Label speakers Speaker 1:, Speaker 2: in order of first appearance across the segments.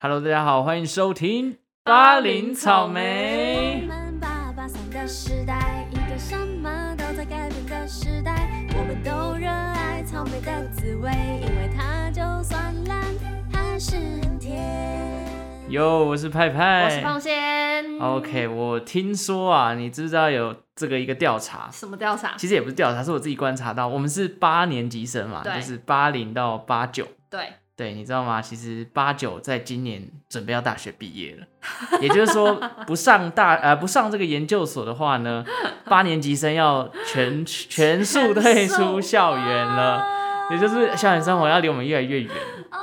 Speaker 1: Hello，大家好，欢迎收听
Speaker 2: 巴
Speaker 1: 林
Speaker 2: 林
Speaker 1: 草
Speaker 2: 草
Speaker 1: 莓
Speaker 2: 莓
Speaker 3: 我。们爸爸桑的时代，一个什么都在改变的时代。我们都热爱草莓的滋味，因为它就算烂，还是很甜。
Speaker 1: 哟，我是派派，
Speaker 2: 我是方仙。
Speaker 1: OK，我听说啊，你知不知道有这个一个调查？
Speaker 2: 什么调查？
Speaker 1: 其实也不是调查，是我自己观察到，我们是八年级生嘛，
Speaker 2: 对
Speaker 1: 就是八零到八九。
Speaker 2: 对，
Speaker 1: 对，你知道吗？其实八九在今年准备要大学毕业了，也就是说不上大 呃不上这个研究所的话呢，八年级生要全全数退出校园了，
Speaker 2: 了
Speaker 1: 也就是校园生活要离我们越来越远，
Speaker 2: 哦，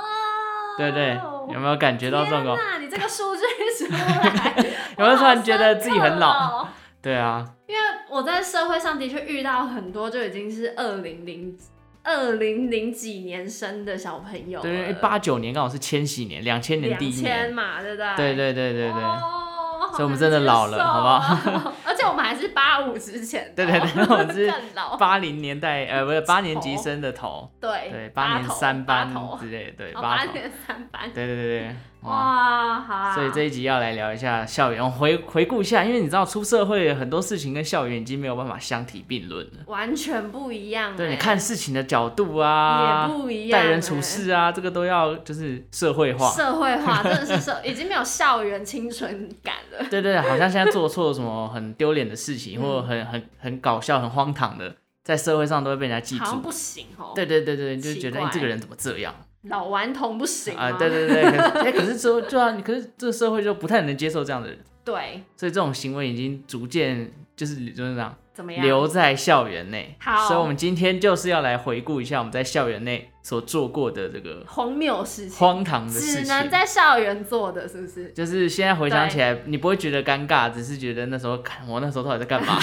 Speaker 1: 对不对？有没有感觉
Speaker 2: 学
Speaker 1: 到这种？
Speaker 2: 你这个数据出来
Speaker 1: ，有没有突然觉得自己很老
Speaker 2: 我好深刻哦？
Speaker 1: 对啊，
Speaker 2: 因为我在社会上的确遇到很多就已经是二零零二零零几年生的小朋友了，
Speaker 1: 对，哎八九年刚好是千禧年，两千年
Speaker 2: 两
Speaker 1: 第一
Speaker 2: 千
Speaker 1: 年，
Speaker 2: 嘛，对不对？
Speaker 1: 对对对对对。
Speaker 2: 哦
Speaker 1: 所以我们真的老了好不好？
Speaker 2: 难接受啊 而且我们还是八五之前的
Speaker 1: 对
Speaker 2: 哦，
Speaker 1: 对对 我们是
Speaker 2: 更老，
Speaker 1: 八零年代，呃，不是八年级生的头，
Speaker 2: 对
Speaker 1: 对，八年
Speaker 2: 头
Speaker 1: 三
Speaker 2: 哎八
Speaker 1: 班
Speaker 2: 头
Speaker 1: 之类的，对，
Speaker 2: 哦
Speaker 1: 八头，对
Speaker 2: 年三班，
Speaker 1: 对对 对，哇。
Speaker 2: 哇，好啊！
Speaker 1: 所以这一集要来聊一下校园，回回顾一下，因为你知道出社会很多事情跟校园已经没有办法相提并论了。
Speaker 2: 完全不一样、欸。
Speaker 1: 对，你看事情的角度啊，
Speaker 2: 也不一样欸
Speaker 1: 待人处事啊，这个都要就是社会化。
Speaker 2: 社会化真的 是社，已经没有校园青春感了。
Speaker 1: 对对对，好像现在做错什么很丢脸的事情，
Speaker 2: 嗯
Speaker 1: 或者很很很搞笑、很荒唐的，在社会上都会被人家记
Speaker 2: 好像
Speaker 1: 住。
Speaker 2: 不行哦，
Speaker 1: 对对对对，你就觉得
Speaker 2: 奇怪
Speaker 1: 你这个人怎么这样
Speaker 2: 老顽童不行
Speaker 1: 啊、
Speaker 2: 吗
Speaker 1: 对对对，可是哎、可是社对啊，你可是这个社会就不太能接受这样的人，
Speaker 2: 对
Speaker 1: 所以这种行为已经逐渐就是就是这样。
Speaker 2: 怎么样？
Speaker 1: 留在校园内。
Speaker 2: 好
Speaker 1: 所以我们今天就是要来回顾一下我们在校园内所做过的这个
Speaker 2: 荒谬的事情，
Speaker 1: 荒唐的事
Speaker 2: 只
Speaker 1: 情
Speaker 2: 能。在校园做的，是不是？
Speaker 1: 就是现在回想起来，你不会觉得尴尬，只是觉得那时候看我那时候到底在干嘛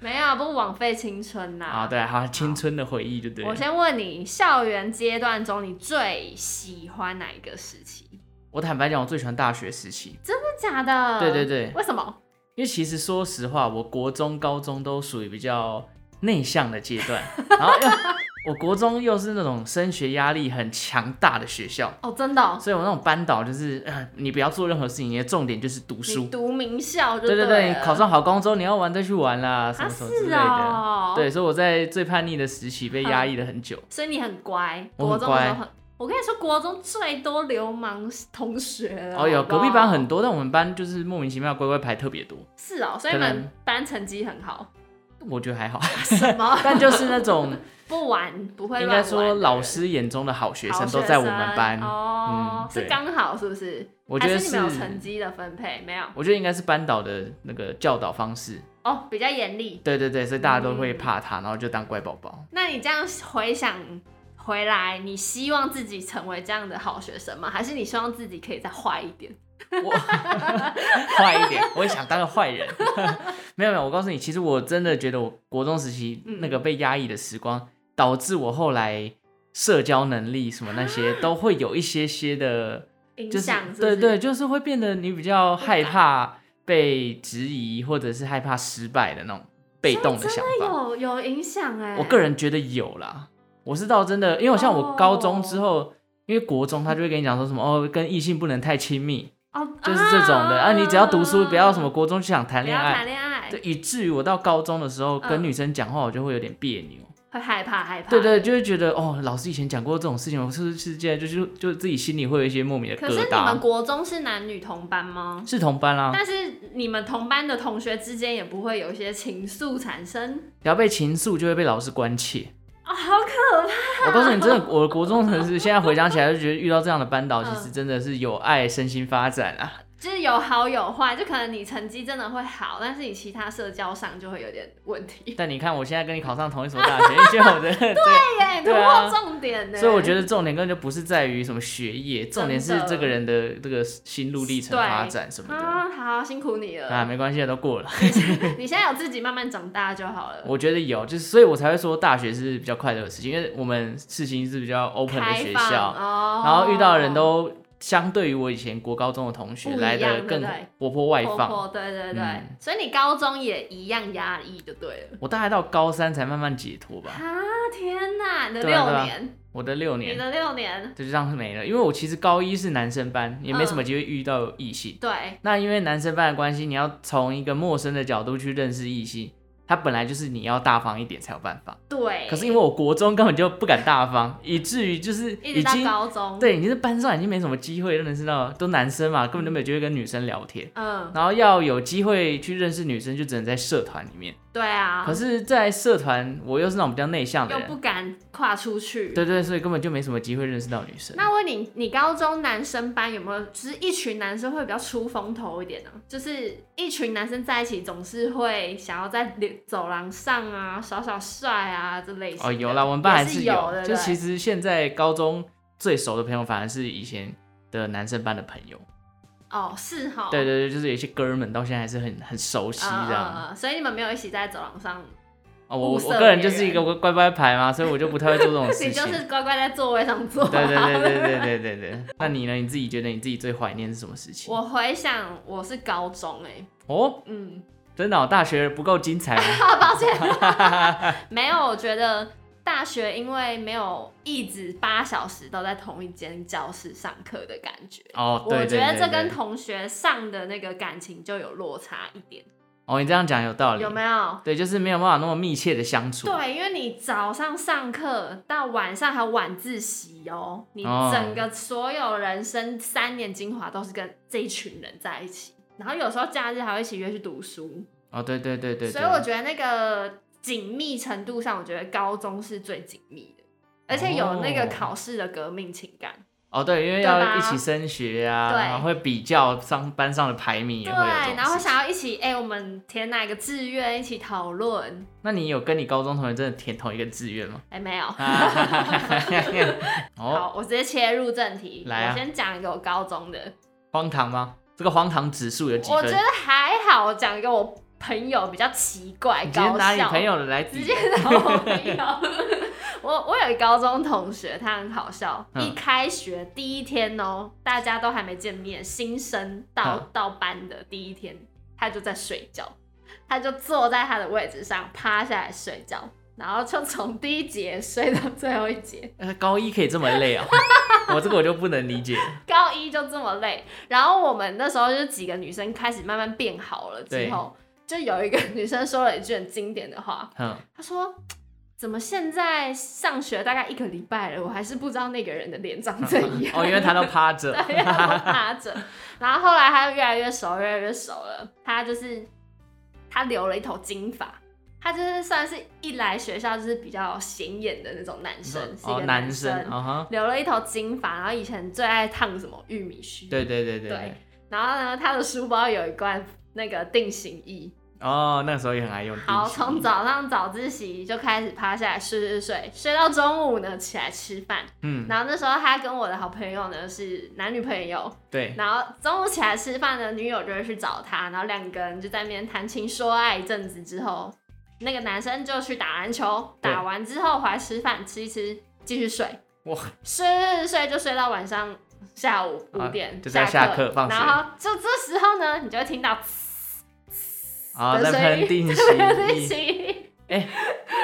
Speaker 2: 没有，啊不枉费青春呐、
Speaker 1: 啊？对，好青春的回忆，对不对了？
Speaker 2: 我先问你，校园阶段中你最喜欢哪一个时期？
Speaker 1: 我坦白讲，我最喜欢大学时期，
Speaker 2: 真的假的？
Speaker 1: 对对对
Speaker 2: 为什么？
Speaker 1: 因为其实说实话，我国中、高中都属于比较内向的阶段，然后又我国中又是那种升学压力很强大的学校，
Speaker 2: 哦，真的、哦，
Speaker 1: 所以我那种班导就是，呃、你不要做任何事情，你的重点就是读书
Speaker 2: 你。读名校就
Speaker 1: 对
Speaker 2: 对
Speaker 1: 对对，你
Speaker 2: 了
Speaker 1: 考上好高中，你要玩再去玩啦，什
Speaker 2: 啊
Speaker 1: 么什么之
Speaker 2: 是
Speaker 1: 类的。
Speaker 2: 哦，嗯
Speaker 1: 对，，所以我在最叛逆的时期被压抑了很久。
Speaker 2: 所以你很乖，
Speaker 1: 我
Speaker 2: 国
Speaker 1: 很
Speaker 2: 中的时候
Speaker 1: 乖
Speaker 2: 很。我跟你说，国中最多流氓同学了。
Speaker 1: 哦有
Speaker 2: 好不好
Speaker 1: 隔壁班很多，但我们班就是莫名其妙乖乖牌特别多，
Speaker 2: 是哦，所以你
Speaker 1: 可能
Speaker 2: 们班成绩很好。
Speaker 1: 我觉得还好，
Speaker 2: 什么？
Speaker 1: 但就是那种
Speaker 2: 不玩，不 会
Speaker 1: 应该
Speaker 2: 乱玩。
Speaker 1: 说老师眼中的好学
Speaker 2: 好
Speaker 1: 生
Speaker 2: 学
Speaker 1: 都在我们班。
Speaker 2: 哦，
Speaker 1: 嗯对
Speaker 2: 是刚好是不是？
Speaker 1: 我觉得
Speaker 2: 还是你们有
Speaker 1: 是
Speaker 2: 成绩的分配没有？
Speaker 1: 我觉得应该是班导的那个教导方式，
Speaker 2: 哦，比较严厉。
Speaker 1: 对对对，所以大家都会怕 他，然后就当乖宝宝。
Speaker 2: 那你这样回想回来，你希望自己成为这样的好学生吗？还是你希望自己可以再坏一点？
Speaker 1: 我 坏一点，我也想当个坏人。 没有没有，我告诉你，其实我真的觉得我国中时期
Speaker 2: 嗯
Speaker 1: 那个被压抑的时光，导致我后来社交能力什么那些 都会有一些些的，
Speaker 2: 影
Speaker 1: 就是
Speaker 2: 响是不
Speaker 1: 对
Speaker 2: 是
Speaker 1: 对，就是会变得你比较害怕被质疑，或者是害怕失败的那种被动的想法。
Speaker 2: 有哦有影响哎、
Speaker 1: 我个人觉得有啦，我是到真的，因为我像我高中之后。因为国中他就会跟你讲说什么哦，跟异性不能太亲密，
Speaker 2: 哦，
Speaker 1: 就是这种的啊！你只要读书，不要什么国中就想谈
Speaker 2: 不
Speaker 1: 恋
Speaker 2: 要谈
Speaker 1: 爱，
Speaker 2: 恋爱，
Speaker 1: 对，以至于我到高中的时候
Speaker 2: 嗯
Speaker 1: 跟女生讲话，我就会有点别扭。
Speaker 2: 会害怕害怕。
Speaker 1: 对对，就会觉得哦，老师以前讲过这种事情，我是不是现在就是就自己心里会有一些莫名的
Speaker 2: 可
Speaker 1: 疙
Speaker 2: 是你们
Speaker 1: 瘩。
Speaker 2: 国中是男女同班吗？
Speaker 1: 是同班啊啦、
Speaker 2: 但是你们同班的同学之间也不会有一些情愫产生
Speaker 1: 只要被情愫就会被老师关切。
Speaker 2: 啊、好可怕！
Speaker 1: 我告诉你，真 的，我的国中城市现在回想起来就觉得遇到这样的班导，其实真的是有爱身心发展啊。
Speaker 2: 就是有好有坏，就可能你成绩真的会好，但是你其他社交上就会有点问题。
Speaker 1: 但你看我现在跟你考上同一所大学，你觉得 我的对
Speaker 2: 对耶，哎突
Speaker 1: 对啊
Speaker 2: 破重点呢、
Speaker 1: 所以我觉得重点根本就不是在于什么学业，重点是这个人的
Speaker 2: 嗯
Speaker 1: 这个心路历程发展什么的。
Speaker 2: 啊，好辛苦你了。
Speaker 1: 啊，没关系，都过了。
Speaker 2: 你现在有自己慢慢长大就好了。
Speaker 1: 我觉得有，就是所以，我才会说大学是比较快乐的事情，因为我们事情是比较 open 的
Speaker 2: 开
Speaker 1: 学
Speaker 2: 放
Speaker 1: 校，
Speaker 2: 哦，
Speaker 1: 然后遇到的人都相对于我以前国高中的同学
Speaker 2: 不一
Speaker 1: 来的
Speaker 2: 样对
Speaker 1: 更
Speaker 2: 不对
Speaker 1: 活泼外
Speaker 2: 婆
Speaker 1: 放。
Speaker 2: 婆对对对，
Speaker 1: 嗯
Speaker 2: 所以你高中也一样压抑就对了。
Speaker 1: 我大概到高三才慢慢解脱吧，
Speaker 2: 啊天哪！你的
Speaker 1: 对啊
Speaker 2: 六
Speaker 1: 对啊
Speaker 2: 年，
Speaker 1: 我的六
Speaker 2: 你
Speaker 1: 年
Speaker 2: 的六年，
Speaker 1: 就这样没了。因为我其实高一是男生班，也没什么
Speaker 2: 嗯
Speaker 1: 机会遇到异性。
Speaker 2: 对
Speaker 1: 那因为男生班的关系，你要从一个陌生的角度去认识异性，他本来就是你要大方一点才有办法。
Speaker 2: 对。
Speaker 1: 可是因为我国中根本就不敢大方，以至于就是
Speaker 2: 一直
Speaker 1: 已
Speaker 2: 到
Speaker 1: 经
Speaker 2: 高中，，
Speaker 1: 对，你这班上已经没什么机会认识到，都男生嘛，根本就没有机会跟女生聊天。
Speaker 2: 嗯，
Speaker 1: 然后要有机会去认识女生，就只能在社团里面。
Speaker 2: 对啊。
Speaker 1: 可是，在社团我又是那种比较内向的
Speaker 2: 又不
Speaker 1: 人，
Speaker 2: 敢跨出去。
Speaker 1: 对对，所以根本就没什么机会认识到女生。
Speaker 2: 那问你，你高中男生班有没有，就是一群男生会比较出风头一点呢、就是一群男生在一起，总是会想要在流走廊上啊耍耍帅啊这类型的。
Speaker 1: 哦，有啦，我们班还
Speaker 2: 也是
Speaker 1: 有，
Speaker 2: 的，
Speaker 1: 就其
Speaker 2: 实
Speaker 1: 实现在高中最熟的朋友，反而是以前的男生班的朋友。
Speaker 2: 哦是哈，
Speaker 1: 对对对，就是有一些哥们到现在还是很很熟悉
Speaker 2: 嗯
Speaker 1: 这样。
Speaker 2: 嗯嗯所以你们没有一起在走廊上，
Speaker 1: 哦，我
Speaker 2: 物
Speaker 1: 我
Speaker 2: 色
Speaker 1: 个人就
Speaker 2: 别
Speaker 1: 是一个
Speaker 2: 人
Speaker 1: 乖乖乖牌嘛，所以我就不太会做这种事
Speaker 2: 你
Speaker 1: 情
Speaker 2: 就。是乖乖在座位上坐。啊
Speaker 1: 对对对对对对对对。那你呢？你自己觉得你自己最怀念是什么事情？
Speaker 2: 我回想我是高中哎、
Speaker 1: 哦，
Speaker 2: 嗯，
Speaker 1: 真的哦、大学不够精彩吗？
Speaker 2: 啊抱歉， 没有，我觉得大学因为没有一直八小时都在同一间教室上课的感觉。
Speaker 1: 哦，对
Speaker 2: 我觉
Speaker 1: 对对
Speaker 2: 得
Speaker 1: 对
Speaker 2: 这跟同学上的那个感情就有落差一点，
Speaker 1: 哦，你这样讲有道理，
Speaker 2: 有没有？
Speaker 1: 对，就是没有办法那么密切的相处。
Speaker 2: 对，因为你早上上课到晚上还有晚自习哦，你
Speaker 1: 哦
Speaker 2: 整个所有人生三年精华都是跟这一群人在一起，然后有时候假日还会一起约去读书，
Speaker 1: 哦，对对对对对。
Speaker 2: 所以我觉得那个紧密程度上，我觉得高中是最紧密的，而且有那个
Speaker 1: 哦
Speaker 2: 考试的革命情感。
Speaker 1: 哦，对，因为
Speaker 2: 对
Speaker 1: 要
Speaker 2: 吧
Speaker 1: 一起升学啊，
Speaker 2: 对
Speaker 1: 然后会比较上班上的排名也
Speaker 2: 对，
Speaker 1: 会有这种事
Speaker 2: 然后
Speaker 1: 情
Speaker 2: 想要一起，哎、我们填哪个志愿，一起讨论。
Speaker 1: 那你有跟你高中同学真的填同一个志愿 吗？
Speaker 2: 哎、没有。
Speaker 1: 哦，
Speaker 2: 好，我直接切入正题。
Speaker 1: 来啊
Speaker 2: 我先讲一个我高中的，
Speaker 1: 荒唐吗？这个荒唐指数有几
Speaker 2: 我觉
Speaker 1: 分
Speaker 2: 得？还好。我讲一个我朋友比较奇怪，
Speaker 1: 你今
Speaker 2: 搞
Speaker 1: 天拿你
Speaker 2: 笑。
Speaker 1: 朋友的来比
Speaker 2: 直接拿我朋友。 我我有一高中同学，他很好笑。
Speaker 1: 嗯
Speaker 2: 一开学第一天哦，大家都还没见面，新生到、
Speaker 1: 嗯
Speaker 2: 到班的第一天，他就在睡觉，他就坐在他的位置上趴下来睡觉，然后就从第一节睡到最后一节。
Speaker 1: 呃高一可以这么累哦，我这个我就不能理解。
Speaker 2: 高一就这么累，然后我们那时候就几个女生开始慢慢变好了之
Speaker 1: 对
Speaker 2: 后，就有一个女生说了一句很经典的话，
Speaker 1: 嗯，
Speaker 2: 她说：“怎么现在上学大概一个礼拜了，我还是不知道那个人的脸长怎 样？”
Speaker 1: 哦，因为他都趴着
Speaker 2: 对，然后趴着，然后后来她越来越熟，越来越熟了，她就是她留了一头金发。她就是算是一来学校就是比较显眼的那种男生，是一
Speaker 1: 哦
Speaker 2: 个，
Speaker 1: 男
Speaker 2: 生，
Speaker 1: 生，哦哈，
Speaker 2: 留了一头金发，然后以前最爱烫什么玉米须，
Speaker 1: 对对对对
Speaker 2: 对，然后呢，他的书包有一罐那个定型液。
Speaker 1: 哦，那个时候也很爱用。
Speaker 2: 好，从，早上早自习就开始趴下来睡睡睡，睡到中午呢起来吃饭。
Speaker 1: 嗯，
Speaker 2: 然后那时候他跟我的好朋友呢是男女朋友，
Speaker 1: 对，
Speaker 2: 然后中午起来吃饭呢，女友就会去找他，然后两个人就在那边谈情说爱一阵子之后，那个男生就去打篮球，
Speaker 1: 对
Speaker 2: 打完之后回来吃饭吃一吃，继续睡。
Speaker 1: 哇，
Speaker 2: 睡睡睡就睡到晚上下午五
Speaker 1: 啊
Speaker 2: 点、
Speaker 1: 就在下课放学
Speaker 2: 然后就这时候呢，你就会听到
Speaker 1: 啊，在
Speaker 2: 所以
Speaker 1: 喷定
Speaker 2: 这边的
Speaker 1: 型。
Speaker 2: 心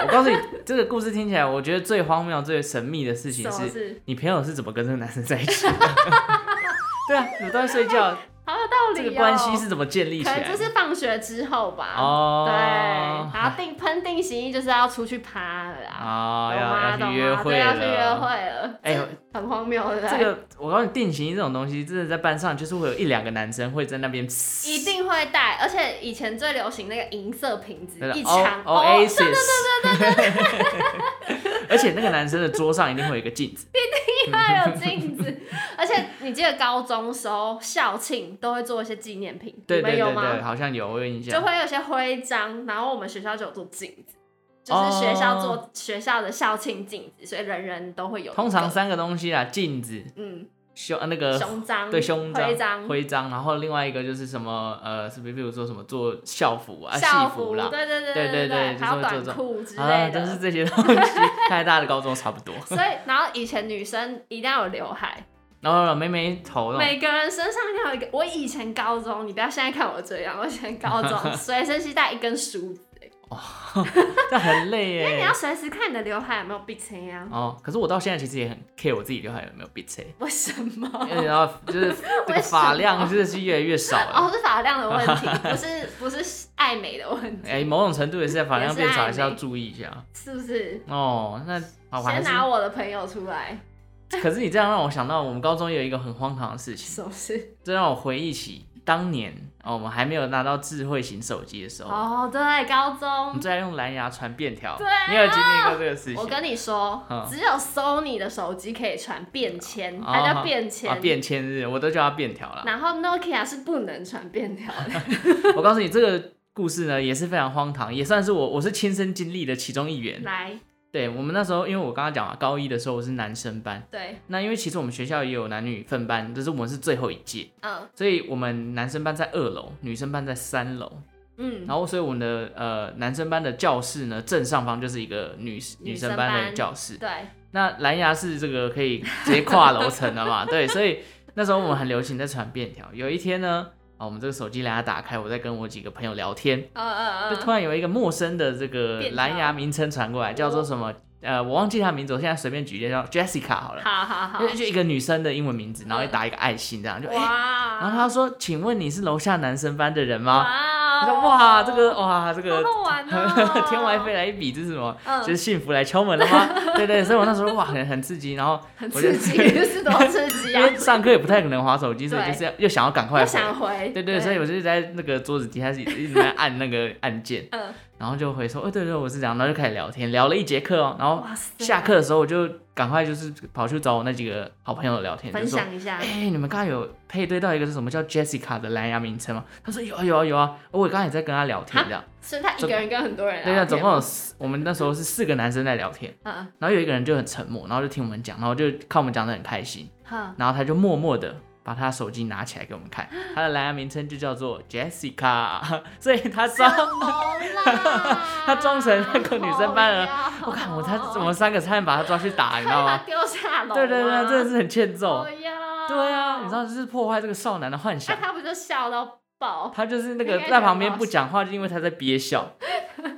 Speaker 1: 我告诉你，这个故事听起来，我觉得最荒谬、最神秘的事情
Speaker 2: 什么
Speaker 1: 是，
Speaker 2: 事？
Speaker 1: 你朋友是怎么跟这个男生在一起的？ 对啊，你们都在睡 觉，
Speaker 2: 好有道理、
Speaker 1: 这
Speaker 2: 哦。
Speaker 1: 个关系是怎么建立起
Speaker 2: 可能
Speaker 1: 来
Speaker 2: 就
Speaker 1: 的？
Speaker 2: 是放学之后吧。对，
Speaker 1: 哦，
Speaker 2: 然后定喷定型就是要出去趴了啦，
Speaker 1: 啊，
Speaker 2: 懂
Speaker 1: 要
Speaker 2: 吗？
Speaker 1: 要
Speaker 2: 懂
Speaker 1: 去约
Speaker 2: 吗？对，
Speaker 1: 会
Speaker 2: 要去约
Speaker 1: 了。
Speaker 2: 会了。
Speaker 1: 哎
Speaker 2: 哎、
Speaker 1: 呦
Speaker 2: 很荒谬，对不对？
Speaker 1: 这个我告诉你，定型这种东西，真的在班上就是会有一两个男生会在那边，
Speaker 2: 一定会带，而且以前最流行那个银色瓶子
Speaker 1: 对，的
Speaker 2: 一哦
Speaker 1: O-
Speaker 2: 长
Speaker 1: 哦 Oasis
Speaker 2: 对对
Speaker 1: 而且那个男生的桌上一定会有一个镜子，
Speaker 2: 还有 镜子，而且你记得高中时候校庆都会做一些纪念品，
Speaker 1: 对对对
Speaker 2: 你们有
Speaker 1: 对，
Speaker 2: 吗？
Speaker 1: 好像有，我有印
Speaker 2: 就
Speaker 1: 象。
Speaker 2: 会有一些徽章，然后我们学校就有做镜子，就
Speaker 1: 哦
Speaker 2: 是学校做、学校的校庆镜子，所以人人都会有一个。
Speaker 1: 通常三个东西啦，镜子、
Speaker 2: 嗯，
Speaker 1: 胸呃那个
Speaker 2: 胸章
Speaker 1: 对胸章、
Speaker 2: 徽章、
Speaker 1: 徽章，然后另外一个就是什么呃，是比比如说什么做校服啊、
Speaker 2: 校
Speaker 1: 戏服啦，
Speaker 2: 对对对
Speaker 1: 对
Speaker 2: 对
Speaker 1: 对对就是
Speaker 2: 还
Speaker 1: 会
Speaker 2: 有
Speaker 1: 做
Speaker 2: 短
Speaker 1: 这种
Speaker 2: 裤之
Speaker 1: 啊，
Speaker 2: 类
Speaker 1: 都
Speaker 2: 的。
Speaker 1: 是这 些东西，太大的高中差不多。
Speaker 2: 所以，然后以前女生一定要有刘海，
Speaker 1: 然后妹妹头那种，
Speaker 2: 每个人身上要有一个。我以前高中，你不要现在看我这样，我以前 高中随身携带一根梳子，
Speaker 1: 这很累
Speaker 2: 因为你
Speaker 1: 耶
Speaker 2: 要。随时看你的刘海有没有被撑呀。
Speaker 1: 哦，可是我到现在其实也很 care 我自己刘海有没有被切，
Speaker 2: 为什么？
Speaker 1: 因为然后就是这个发量真的是越来越少
Speaker 2: 哦，
Speaker 1: 了。
Speaker 2: 是发量的问题， 不是不是爱美的问题，
Speaker 1: 哎、某种程度也是发量变少，还是要注意一下。
Speaker 2: 是不是？
Speaker 1: 哦，那好，我还
Speaker 2: 先
Speaker 1: 是。
Speaker 2: 拿我的朋友出来，
Speaker 1: 可是你这样让我想到，我们高中有一个很荒唐的事情，
Speaker 2: 是不是？
Speaker 1: 这让我回忆起当年哦，我们还没有拿到智慧型手机的时候，
Speaker 2: 哦，对，高
Speaker 1: 我
Speaker 2: 中
Speaker 1: 们，在用蓝牙传便条。
Speaker 2: 对啊
Speaker 1: 你有经历过这个事情？
Speaker 2: 我跟你说
Speaker 1: 嗯，
Speaker 2: 只有 Sony 的手机可以传便签，
Speaker 1: 哦
Speaker 2: 它叫便
Speaker 1: 啊，
Speaker 2: 签，
Speaker 1: 便啊签日，我都叫它便条啦。
Speaker 2: 然后 Nokia 是不能传便条 的，
Speaker 1: 我告诉你，这个故事呢也是非常荒唐，也算是我我是亲身经历的其中一员。
Speaker 2: 来，
Speaker 1: 对我们那时候，因为我刚刚讲嘛，高一的时候我是男生班，
Speaker 2: 对，
Speaker 1: 那因为其实我们学校也有男女分班，但是我们是最后一届，
Speaker 2: 嗯
Speaker 1: 所以我们男生班在二楼，女生班在三楼。
Speaker 2: 嗯，
Speaker 1: 然后，所以我们的呃男生班的教室呢，正上方就是一个女
Speaker 2: 女
Speaker 1: 女
Speaker 2: 生
Speaker 1: 生
Speaker 2: 班
Speaker 1: 班的教室。
Speaker 2: 对，
Speaker 1: 那蓝牙是这个可以直接跨楼层的嘛？ 对，所以那时候我们很流行在传便条。有一天呢，啊，我们这个手机蓝牙打开，我在跟我几个朋友聊天，
Speaker 2: 嗯嗯
Speaker 1: 就
Speaker 2: 嗯
Speaker 1: 突然有一个陌生的这个
Speaker 2: 便条
Speaker 1: 蓝牙名称传过
Speaker 2: 嗯
Speaker 1: 来，叫做什么？呃，我忘记她名字，我现在随便举例叫 Jessica 好了
Speaker 2: 嗯，，好好好嗯
Speaker 1: 就，就一个女生的英文名字，然后打一个爱心这样，就哎、
Speaker 2: 哇，
Speaker 1: 然后她说：“请问你是楼下男生班的人吗？”
Speaker 2: 哇
Speaker 1: 我
Speaker 2: 哦
Speaker 1: 说哇，这个哇，这
Speaker 2: 好
Speaker 1: 个
Speaker 2: 好玩哦
Speaker 1: 天外飞来一笔，这是什么？
Speaker 2: 嗯
Speaker 1: 就是幸福来敲门了吗？ 对对，所以我那时候哇，很很刺激，然后
Speaker 2: 很
Speaker 1: 我就
Speaker 2: 刺激， 是多刺 激
Speaker 1: 因
Speaker 2: 啊！
Speaker 1: 为上课也不太可能划手机，所以
Speaker 2: 对
Speaker 1: 就是要又想要赶快
Speaker 2: 不
Speaker 1: 回。
Speaker 2: 想回，
Speaker 1: 对对，所以我就在那个桌子底下一直一直在按那个按键，
Speaker 2: 嗯，
Speaker 1: 然后就回说，哦对对，我是这样，然后就开始聊天，聊了一节课哦，然后
Speaker 2: 哇塞
Speaker 1: 下课的时候我就赶快就是跑去找我那几个好朋友聊天，就
Speaker 2: 分
Speaker 1: 说
Speaker 2: 享一下
Speaker 1: 哎、，你们刚刚有配对到一个是什么叫 Jessica 的蓝牙名称吗？他说有啊有啊有啊，哦我刚刚也在跟他聊天这样。
Speaker 2: 是他一个人跟很多人
Speaker 1: 对
Speaker 2: 聊
Speaker 1: 啊，
Speaker 2: 天
Speaker 1: 总共有四，我们那时候是四个男生在聊天，
Speaker 2: 嗯
Speaker 1: 然后有一个人就很沉默，然后就听我们讲，然后就看我们讲的很开心，
Speaker 2: 哼，
Speaker 1: 然后他就默默的把他手机拿起来给我们看，他的蓝牙名称就叫做 Jessica，所 以他装， 他装成那个女生班了
Speaker 2: 了
Speaker 1: 我看我他我们三个差点把他抓去打，你知道
Speaker 2: 把他
Speaker 1: 吗？
Speaker 2: 丢下楼吗？
Speaker 1: 对对对，真的是很欠揍
Speaker 2: 哦。呀，
Speaker 1: 对啊，你知道这是破坏这个少男的幻
Speaker 2: 那
Speaker 1: 想。
Speaker 2: 他不就笑到爆？
Speaker 1: 他就是那
Speaker 2: 应
Speaker 1: 个
Speaker 2: 该
Speaker 1: 在
Speaker 2: 讲
Speaker 1: 旁边
Speaker 2: 话
Speaker 1: 不讲话，就因为他在憋笑。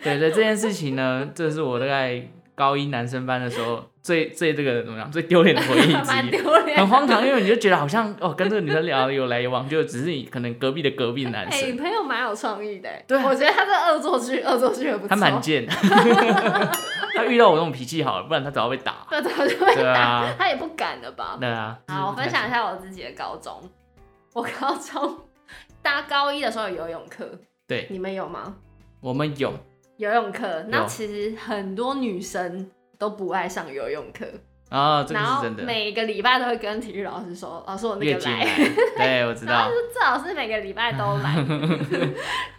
Speaker 1: 对对，这件事情呢，这是我大概高一男生班的时候最最这个怎么讲最丢脸的回忆
Speaker 2: 蛮
Speaker 1: 之一，
Speaker 2: 丢脸的，
Speaker 1: 哎很荒唐，因为你就觉得好像哦跟这个女生聊得有来有往，就只是你可能隔壁的隔壁的男
Speaker 2: 哎、你
Speaker 1: 生，
Speaker 2: 朋友蛮有创意的欸，
Speaker 1: 对啊
Speaker 2: 我觉得他这恶作剧，恶 作剧也不错。
Speaker 1: 他蛮贱 的，他遇到我这种脾气好了，不然他早被打。
Speaker 2: 对，他就被
Speaker 1: 对
Speaker 2: 打，
Speaker 1: 啊
Speaker 2: 他也不敢了吧？
Speaker 1: 对啊，
Speaker 2: 好，我分享一下我自己的高中。我高中 大高一的时候有游泳课，
Speaker 1: 对，
Speaker 2: 你们有吗？
Speaker 1: 我们有
Speaker 2: 游泳课，那
Speaker 1: 有
Speaker 2: 其实很多女生都不爱上游泳课，
Speaker 1: 啊，这个
Speaker 2: 然
Speaker 1: 是
Speaker 2: 后
Speaker 1: 真的，啊
Speaker 2: 每个礼拜都会跟体育老师说：“老师，我那
Speaker 1: 月
Speaker 2: 个
Speaker 1: 经
Speaker 2: 来。
Speaker 1: 来， 对我知
Speaker 2: 然
Speaker 1: 道
Speaker 2: 后，就最好是每个礼拜都来。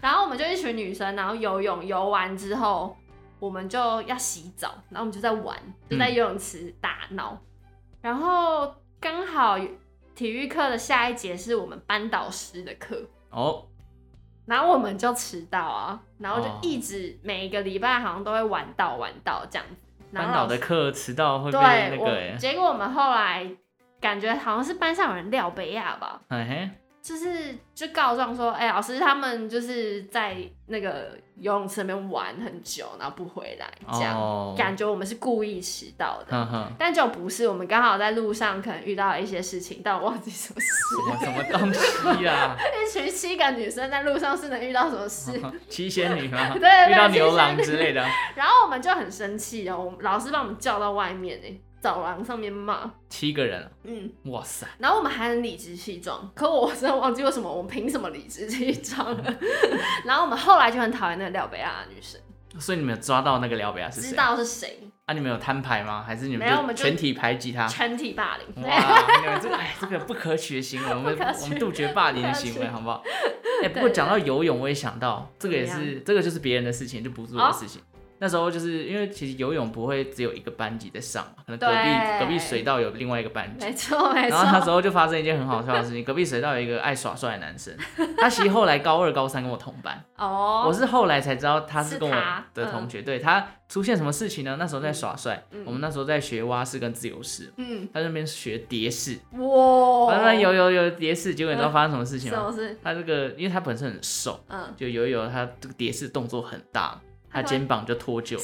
Speaker 2: 然后我们就一群女生，然后游泳游完之后，我们就要洗澡，然后我们就在玩，就
Speaker 1: 嗯
Speaker 2: 在游泳池打闹。然后刚好体育课的下一节是我们班导师的课，
Speaker 1: 哦，
Speaker 2: 然后我们就迟到啊，然后就
Speaker 1: 哦
Speaker 2: 一直每一个礼拜好像都会晚到晚到这样子。然
Speaker 1: 班
Speaker 2: 后
Speaker 1: 导
Speaker 2: 老
Speaker 1: 的
Speaker 2: 师
Speaker 1: 课迟到会被那
Speaker 2: 对，
Speaker 1: 个欸
Speaker 2: 我，结果我们后来感觉好像是班上有人廖北亚吧，
Speaker 1: 哎嘿。
Speaker 2: 就是就告状说，哎、老师他们就是在那个游泳池里面玩很久，然后不回来，这样、
Speaker 1: 哦
Speaker 2: 感觉我们是故意迟到的。
Speaker 1: 哼哼，
Speaker 2: 但就不是，我们刚好在路上可能遇到了一些事情，但我忘 记什么
Speaker 1: 什么
Speaker 2: 事。
Speaker 1: 什么东西啊啦？
Speaker 2: 一群七个女生在路上是能遇到什么事？
Speaker 1: 七仙女吗？
Speaker 2: 对 对
Speaker 1: 遇到
Speaker 2: 七仙
Speaker 1: 牛郎
Speaker 2: 女
Speaker 1: 之类的。
Speaker 2: 然后我们就很生气哦，我们老师把我们叫到外面哎，走廊上面骂，
Speaker 1: 七个人，
Speaker 2: 嗯，
Speaker 1: 哇塞！
Speaker 2: 然后我们还很理直气壮，可我真的忘记为什么我们凭什么理直气壮了。 然后我们后来就很讨厌那个廖北亚的女生，
Speaker 1: 所以你们有抓到那个廖北亚是
Speaker 2: 知
Speaker 1: 谁？
Speaker 2: 道是谁，
Speaker 1: 啊，你们有摊牌吗？还是你
Speaker 2: 没有我们
Speaker 1: 们
Speaker 2: 就
Speaker 1: 全体排挤他？
Speaker 2: 全体霸凌。
Speaker 1: 啊 哇，你们这个哎，这个不可取的行为，我们
Speaker 2: 不可取
Speaker 1: 我们杜绝霸凌的行
Speaker 2: 不可
Speaker 1: 为，
Speaker 2: 取
Speaker 1: 好 不好？哎，不过
Speaker 2: 对
Speaker 1: 讲到游泳，我也想到这个也
Speaker 2: 怎么哦
Speaker 1: 是，这个就是别人的事情，就不是我的事情。那时候就是因为其实游泳不会只有一个班级在上嘛，可能隔
Speaker 2: 对
Speaker 1: 壁隔壁水道有另外一个班级。
Speaker 2: 没错没
Speaker 1: 然后那时
Speaker 2: 错，
Speaker 1: 候就发生一件很好笑的事情，隔壁水道有一个爱耍帅的男 生，他其实后来高二、高三跟我同班，
Speaker 2: 哦，
Speaker 1: 我是后来才知道他
Speaker 2: 是
Speaker 1: 是跟我
Speaker 2: 他
Speaker 1: 的
Speaker 2: 嗯
Speaker 1: 同学，对他出现什么事情呢？那时候在耍帅，
Speaker 2: 嗯
Speaker 1: 我们那时候在学蛙式跟自由式，
Speaker 2: 嗯，
Speaker 1: 他在那边学蝶式，
Speaker 2: 哇，
Speaker 1: 反正有有有蝶式，结果你知道发生什么事情啊
Speaker 2: 是
Speaker 1: 吗？
Speaker 2: 不是？
Speaker 1: 他这个因为他本身很瘦，
Speaker 2: 嗯，
Speaker 1: 就游一游，他这个蝶式动作很大，他
Speaker 2: 干嘛
Speaker 1: 肩膀就脱臼，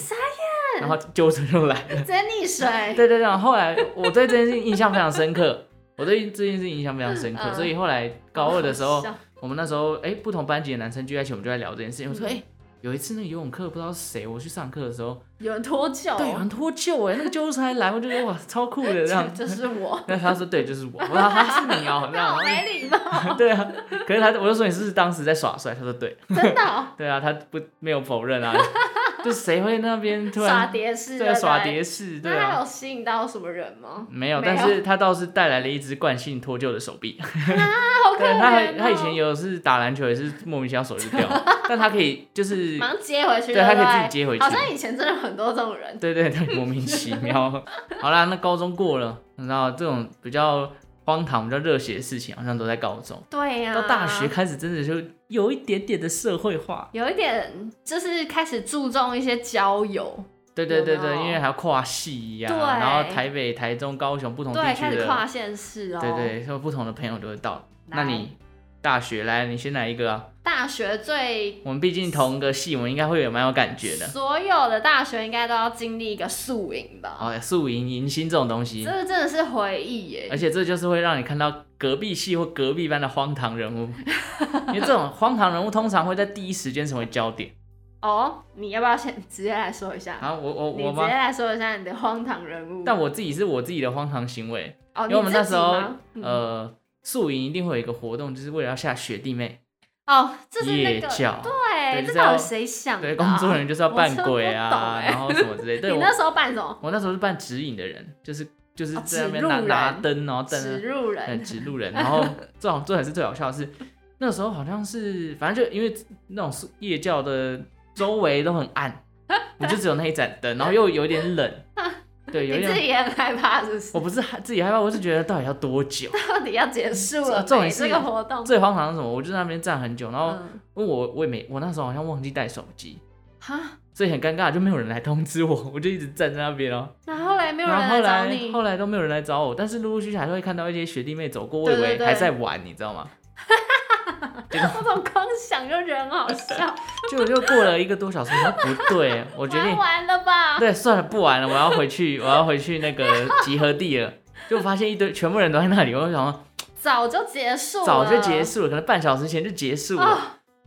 Speaker 1: 然后揪着就来 了。
Speaker 2: 直接 溺水，
Speaker 1: 对对对，后来我对这件事情印象非常深 刻，我对这件事情印象非常深刻，
Speaker 2: 嗯
Speaker 1: 所以后来高二的时
Speaker 2: 好
Speaker 1: 候
Speaker 2: 笑，
Speaker 1: 我们那时候哎、不同班级的男生聚在一起，我们就在聊这件事情。我说
Speaker 2: 嗯
Speaker 1: 哎、有一次那个游泳课不知道是谁，我去上课的时候，
Speaker 2: 有人脱臼，。
Speaker 1: 对，有人脱臼哎，那个救护车还来，我就觉得哇超酷啊的这样
Speaker 2: 就是我，
Speaker 1: 那他说对，就是我。我说他是 你哦、这
Speaker 2: 那
Speaker 1: 样
Speaker 2: 我。没礼貌，
Speaker 1: 对啊，可是他我就说你是不是当时在耍帅？他说对。
Speaker 2: 真的哦
Speaker 1: 对啊，他不没有否认啊， 就谁会那边 突
Speaker 2: 耍
Speaker 1: 然
Speaker 2: 蝶式，
Speaker 1: 对耍
Speaker 2: 不
Speaker 1: 蝶式，对
Speaker 2: 那他
Speaker 1: 啊，嗯
Speaker 2: 有吸引到什么人吗？
Speaker 1: 没有，
Speaker 2: 没
Speaker 1: 但
Speaker 2: 有啊
Speaker 1: 是他倒是带来了一只惯性脱臼的手 臂，
Speaker 2: 好可
Speaker 1: 对
Speaker 2: 怜
Speaker 1: 他还
Speaker 2: 哦
Speaker 1: 他以前有是打篮球也是莫名其妙手就 掉，但他可以就是
Speaker 2: 马上接回去，
Speaker 1: 对他可以
Speaker 2: 不
Speaker 1: 自己接回去
Speaker 2: 好像以前真的很多这种人，
Speaker 1: 对对对莫名其妙。 好啦，那高中过了，你知道这种比较荒唐、比较热血的事情，好像都在高中，
Speaker 2: 对呀、
Speaker 1: 到大学开始真的就有一点点的社会化。
Speaker 2: 有一点就是开始注重一些交友，
Speaker 1: 对对对
Speaker 2: 有没
Speaker 1: 对，
Speaker 2: 有
Speaker 1: 因为还要跨系呀、
Speaker 2: 对
Speaker 1: 然后台北、台中、高雄不同地
Speaker 2: 对，
Speaker 1: 区
Speaker 2: 开始
Speaker 1: 哦的啊
Speaker 2: 跨县市哦。
Speaker 1: 对对，所以不同的朋友就会到。那
Speaker 2: 来
Speaker 1: 你大学来，你先来一个啊。
Speaker 2: 大学最
Speaker 1: 我们毕竟同个系，我们应该会有蛮有感觉的。
Speaker 2: 所有的大学应该都要经历一个宿营吧？
Speaker 1: 哦，宿营、迎新这种东西
Speaker 2: 这，个真的是回忆耶，
Speaker 1: 而且这就是会让你看到隔壁系或隔壁班的荒唐人 物，因为这种荒唐人物通常会在第一时间成为焦点。
Speaker 2: 哦，你要不要先直接来说一下？
Speaker 1: 啊，我我
Speaker 2: 你
Speaker 1: 我
Speaker 2: 直接
Speaker 1: 吗？
Speaker 2: 来说一下你的荒唐人物。
Speaker 1: 但我自己是我自己的荒唐行为，
Speaker 2: 哦，
Speaker 1: 因
Speaker 2: 你
Speaker 1: 为我们那
Speaker 2: 自
Speaker 1: 时
Speaker 2: 己
Speaker 1: 候
Speaker 2: 吗嗯
Speaker 1: 呃宿营一定会有一个活动，就是为了要吓学弟妹。
Speaker 2: 哦，这是那
Speaker 1: 夜
Speaker 2: 个
Speaker 1: 教
Speaker 2: 对，啊
Speaker 1: 对就
Speaker 2: 哎这
Speaker 1: 是要
Speaker 2: 到底谁想的啊？
Speaker 1: 对，工作人员就是要
Speaker 2: 我
Speaker 1: 扮
Speaker 2: 真不
Speaker 1: 鬼
Speaker 2: 懂
Speaker 1: 啊，
Speaker 2: 欸
Speaker 1: 然后什么之 类。对，
Speaker 2: 你
Speaker 1: 我
Speaker 2: 那时候扮什么？
Speaker 1: 我那时候是扮指引的人，就是就是
Speaker 2: 哦
Speaker 1: 在那边
Speaker 2: 指路
Speaker 1: 拿、
Speaker 2: 人
Speaker 1: 拿灯，然后灯
Speaker 2: 植入
Speaker 1: 对
Speaker 2: 人，
Speaker 1: 指路人，然后最好最好是最好笑的是，那时候好像是反正就因为那种是夜教的周围都很暗， 你就只有那一盏灯，然后又有点冷，对，有一
Speaker 2: 你自
Speaker 1: 点
Speaker 2: 己也很害怕，是不是
Speaker 1: 我？不是害自己害怕，我是觉得到底要多久？
Speaker 2: 到底要结束了
Speaker 1: 重
Speaker 2: 没？
Speaker 1: 点是
Speaker 2: 这个活动，
Speaker 1: 最荒唐的是什么？我就在那边站很久，然后
Speaker 2: 嗯，
Speaker 1: 因为我我也没我那时候好像忘记带手机，
Speaker 2: 哈，
Speaker 1: 所以很尴尬，就没有人来通知我， 我就一直站在那边哦。
Speaker 2: 然后嘞，没有
Speaker 1: 然
Speaker 2: 人
Speaker 1: 后后
Speaker 2: 找
Speaker 1: 来
Speaker 2: 你
Speaker 1: 后，来都没有人来找我，但是陆陆续续还是会看到一些学弟妹走过，我
Speaker 2: 对
Speaker 1: 以为
Speaker 2: 对对
Speaker 1: 还在玩，你知道吗？
Speaker 2: 我怎么光想就觉得很好笑？
Speaker 1: 结果就过了一个多小时，我说不对， 我决
Speaker 2: 玩
Speaker 1: 定
Speaker 2: 完了吧？
Speaker 1: 对算了，不玩了，我要回去， 我要回去那个集合地了。就发现一堆全部人都在那里，我就想说
Speaker 2: 早就结束了，
Speaker 1: 早就结束了，可能半小时前就结束了。
Speaker 2: 啊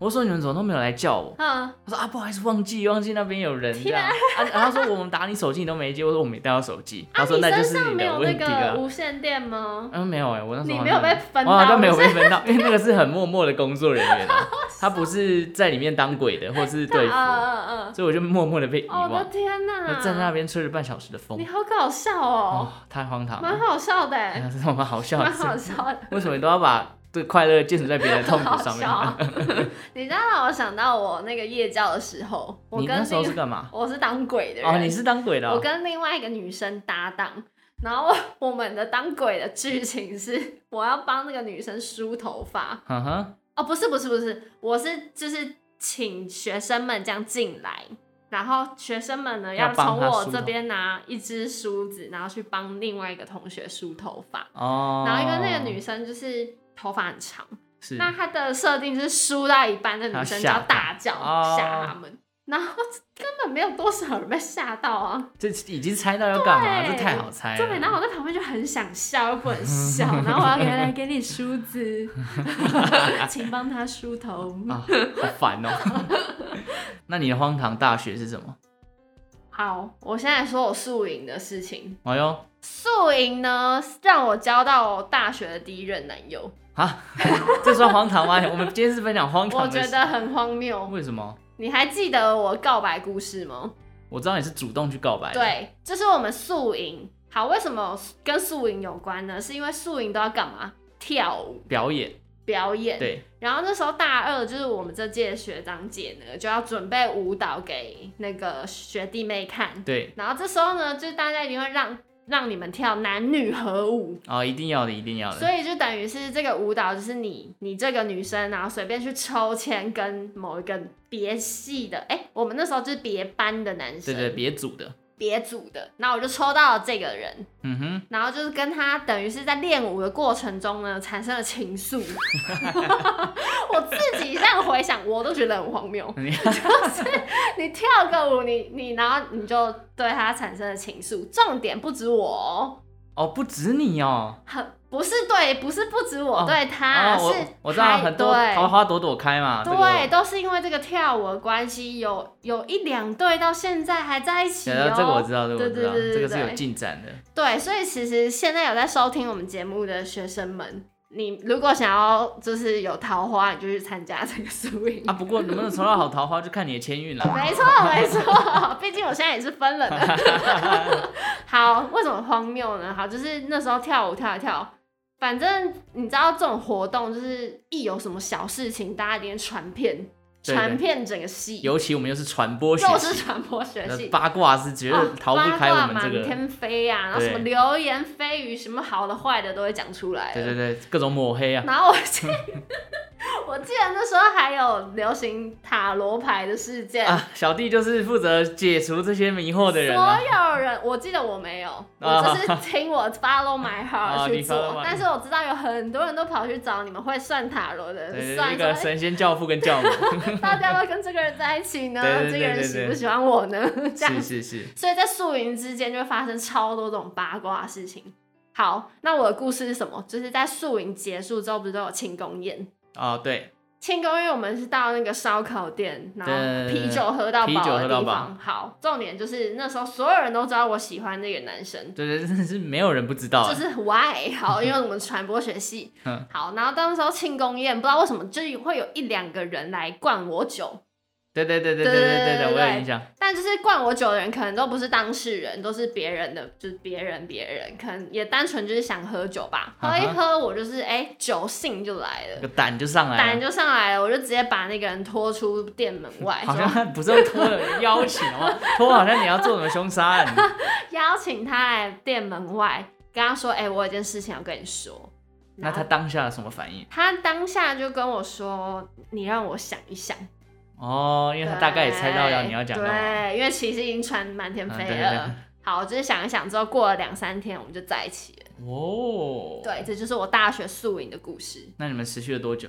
Speaker 1: 我说你们怎么都没有来叫我？
Speaker 2: 嗯，
Speaker 1: 他说啊不好意思，忘记忘记那边有人这
Speaker 2: 天
Speaker 1: 样。
Speaker 2: 啊
Speaker 1: 啊，他说我们打你手机你都没接，我说我没带到手机。
Speaker 2: 啊，
Speaker 1: 他说
Speaker 2: 你
Speaker 1: 那就
Speaker 2: 身
Speaker 1: 是
Speaker 2: 上
Speaker 1: 你
Speaker 2: 没
Speaker 1: 的
Speaker 2: 有那
Speaker 1: 问题啊
Speaker 2: 个
Speaker 1: 了。
Speaker 2: 无线电吗？
Speaker 1: 嗯，没有哎、我那时候
Speaker 2: 你
Speaker 1: 好
Speaker 2: 没有
Speaker 1: 像
Speaker 2: 被分
Speaker 1: 我好
Speaker 2: 到，
Speaker 1: 像没有
Speaker 2: 不是
Speaker 1: 被分到，因为那个是很默默的工作人员、 啊，他不是在里面当鬼的，或是对付，
Speaker 2: 嗯嗯嗯，
Speaker 1: 所以我就默默的被遗
Speaker 2: 哦我的
Speaker 1: 忘。
Speaker 2: 天
Speaker 1: 我
Speaker 2: 哪，
Speaker 1: 站在那边吹了半小时的风
Speaker 2: 你，好搞笑
Speaker 1: 哦
Speaker 2: 哦，，
Speaker 1: 太荒唐
Speaker 2: 蛮
Speaker 1: 了，
Speaker 2: 好笑的欸，
Speaker 1: 这是蛮好嗯笑
Speaker 2: 蛮好
Speaker 1: 的。
Speaker 2: 笑的。
Speaker 1: 为什么你都要把这个快乐建筑在别人的痛
Speaker 2: 好
Speaker 1: 苦上
Speaker 2: 笑
Speaker 1: 面？
Speaker 2: 哦，你知道让我想到我那个夜教的时候，我
Speaker 1: 你
Speaker 2: 跟
Speaker 1: 那时候是
Speaker 2: 另
Speaker 1: 干嘛？
Speaker 2: 我是当鬼的人，
Speaker 1: 哦，你是当鬼的、
Speaker 2: 我
Speaker 1: 哦。
Speaker 2: 跟另外一个女生搭档，然后 我们的当鬼的剧情是我要帮那个女生梳头发，
Speaker 1: 嗯哼，
Speaker 2: 哦，不是不是不是，我是就是请学生们这样进来。然后学生们呢，
Speaker 1: 要
Speaker 2: 要
Speaker 1: 帮
Speaker 2: 从
Speaker 1: 她
Speaker 2: 我
Speaker 1: 梳
Speaker 2: 这
Speaker 1: 头
Speaker 2: 边拿一支梳子，然后去帮另外一个同学梳头发。
Speaker 1: 哦，
Speaker 2: 然后因为那个女生就是头发很长，
Speaker 1: 是
Speaker 2: 那她的设定是输到一半，那
Speaker 1: 她
Speaker 2: 女生就
Speaker 1: 吓哦
Speaker 2: 要大叫
Speaker 1: 她
Speaker 2: 吓他们，然后根本没有多少人被吓到啊。
Speaker 1: 这已经猜到要干嘛，这
Speaker 2: 对
Speaker 1: 太好猜
Speaker 2: 对，然
Speaker 1: 了。
Speaker 2: 后我在旁边就很想笑，又不 能笑，然后我要给来给你梳子， 请帮她梳头。
Speaker 1: 啊，好烦哦。 那你的荒唐大学是什么？
Speaker 2: 好，我现在说我宿营的事情。
Speaker 1: 哎呦，
Speaker 2: 宿营呢，让我交到我大学的第一任男 友，
Speaker 1: 啊，这算荒唐吗？我们今天是分享荒唐
Speaker 2: 我
Speaker 1: 的事，
Speaker 2: 觉得很荒谬。
Speaker 1: 为什么？
Speaker 2: 你还记得我告白故事吗？
Speaker 1: 我知道你是主动去告白的，，
Speaker 2: 对，这是我们宿营。好，为什么跟宿营有关呢？是因为宿营都要干嘛？跳舞。
Speaker 1: 表演
Speaker 2: 表演。
Speaker 1: 对，
Speaker 2: 然后那时候大二就是我们这届的学长姐呢，就要准备舞蹈给那个学弟妹看。
Speaker 1: 对，
Speaker 2: 然后这时候呢，就是大家一定会让让你们跳男女合舞，
Speaker 1: 哦，一定要的，一定要的，
Speaker 2: 所以就等于是这个舞蹈就是你你这个女生，然后随便去抽签跟某一个别系的，哎，我们那时候就是别班的男
Speaker 1: 对
Speaker 2: 生，
Speaker 1: 对，别组的，
Speaker 2: 别组的，然后我就抽到了这个人，
Speaker 1: 嗯哼，
Speaker 2: 然后就是跟他等于是在练舞的过程中呢，产生了情 愫。我自己这样回想，我都觉得很荒谬。
Speaker 1: 你
Speaker 2: 你跳个舞，你你然后你就对他产生了情愫。重点不止我、哦，
Speaker 1: 哦，不止你哦，
Speaker 2: 很不是对，不是不止我
Speaker 1: 哦
Speaker 2: 对
Speaker 1: 哦，
Speaker 2: 他，啊是
Speaker 1: 我我知道
Speaker 2: 还
Speaker 1: 很多
Speaker 2: 对
Speaker 1: 桃花朵朵开嘛，这
Speaker 2: 对，
Speaker 1: 个
Speaker 2: 都是因为这个跳舞的关系，有有一两对到现在还在一起
Speaker 1: 对
Speaker 2: 哦。
Speaker 1: 这个我知道，这个我
Speaker 2: 对
Speaker 1: 知
Speaker 2: 对
Speaker 1: 道，
Speaker 2: 对对
Speaker 1: 这个是有
Speaker 2: 对
Speaker 1: 进展的，
Speaker 2: 对，所以其实现在有在收听我们节目的学生们，你如果想要就是有桃花，你就去参加这个宿营。
Speaker 1: 啊，不过能不能抽到好桃花，就看你的签运 了。
Speaker 2: 没错，没错， 毕竟我现在也是分了的。 好，为什么荒谬呢？好，就是那时候跳舞跳一跳，反正你知道这种活动，就是一有什么小事情，大家一定传遍，
Speaker 1: 对对
Speaker 2: 传遍整个系，
Speaker 1: 尤其我们又是传播学
Speaker 2: 又是
Speaker 1: 系，
Speaker 2: 传播学系哦
Speaker 1: 呃，八卦是绝对逃不开我们这
Speaker 2: 八卦满
Speaker 1: 个。
Speaker 2: 天飞呀、然后什么
Speaker 1: 对
Speaker 2: 流言蜚语，什么好的坏的都会讲出来。
Speaker 1: 对对。对，各种抹黑啊，
Speaker 2: 然后我记，我记得那时候还有流行塔罗牌的事件，
Speaker 1: 啊，小弟就是负责解除这些迷惑的人啊。
Speaker 2: 所有人，我记得我没有，我就是听我 follow my
Speaker 1: 啊
Speaker 2: heart 去
Speaker 1: 你
Speaker 2: 做，
Speaker 1: follow my-
Speaker 2: 但是我知道有很多人都跑去找你们会算塔罗的
Speaker 1: 对，
Speaker 2: 人
Speaker 1: 对
Speaker 2: 算
Speaker 1: 一个
Speaker 2: 说，
Speaker 1: 神仙教父跟教母，
Speaker 2: 哎到底要不要跟这个人在一起呢？
Speaker 1: 对对对
Speaker 2: 这个人
Speaker 1: 对
Speaker 2: 喜
Speaker 1: 对
Speaker 2: 不喜欢我呢？ 这样
Speaker 1: 是是是，
Speaker 2: 所以在宿营之间就会发生超多这种八卦的事情。好，那我的故事是什么？就是在宿营结束之后，不是都有庆功宴？
Speaker 1: 哦对，
Speaker 2: 庆功宴我们是到那个烧烤店，然后
Speaker 1: 对
Speaker 2: 啤酒喝到
Speaker 1: 啤
Speaker 2: 饱
Speaker 1: 酒
Speaker 2: 的
Speaker 1: 喝到
Speaker 2: 地
Speaker 1: 饱
Speaker 2: 方。好，重点就是那时候所有人都知道我喜欢那个男生，
Speaker 1: 对对，真的是没有人不知道啊
Speaker 2: 就，是 why 好，因为我们传播学 系
Speaker 1: 嗯，
Speaker 2: 好，然后到那时候庆功宴，不知道为什么就是会有一两个人来灌我酒，
Speaker 1: 对对对对
Speaker 2: 对
Speaker 1: 对
Speaker 2: 对
Speaker 1: 对
Speaker 2: 对
Speaker 1: 对，我
Speaker 2: 对
Speaker 1: 有印象，
Speaker 2: 但就是灌我酒的人可能都不是当事人，都是别人的，就是别人别人，可能也单纯就是想喝酒 吧，喝一
Speaker 1: 嗯哼
Speaker 2: 喝我就是哎、酒兴就来
Speaker 1: 那
Speaker 2: 了，
Speaker 1: 个胆就上来
Speaker 2: 胆
Speaker 1: 了，
Speaker 2: 就上来了，我就直接把那个人拖出店门外，
Speaker 1: 好
Speaker 2: 说
Speaker 1: 像不是要拖了邀请哦，拖好像你要做什么凶杀 案，
Speaker 2: 啊邀请他来店门外，跟他说：“哎、我有件事情要跟你说。”
Speaker 1: 那他
Speaker 2: 然后
Speaker 1: 当下有什么反应？
Speaker 2: 他当下就跟我说：“你让我想一想。
Speaker 1: 哦，”因为他大概也猜到要
Speaker 2: 对
Speaker 1: 你要讲到，
Speaker 2: 对，因为其实已经传满天
Speaker 1: 嗯
Speaker 2: 飞
Speaker 1: 对对
Speaker 2: 了。好，就是想一想之后，过了两三天，我们就在一起了。
Speaker 1: 哦，，
Speaker 2: 对，这就是我大学宿营的故事。
Speaker 1: 那你们持续了多久？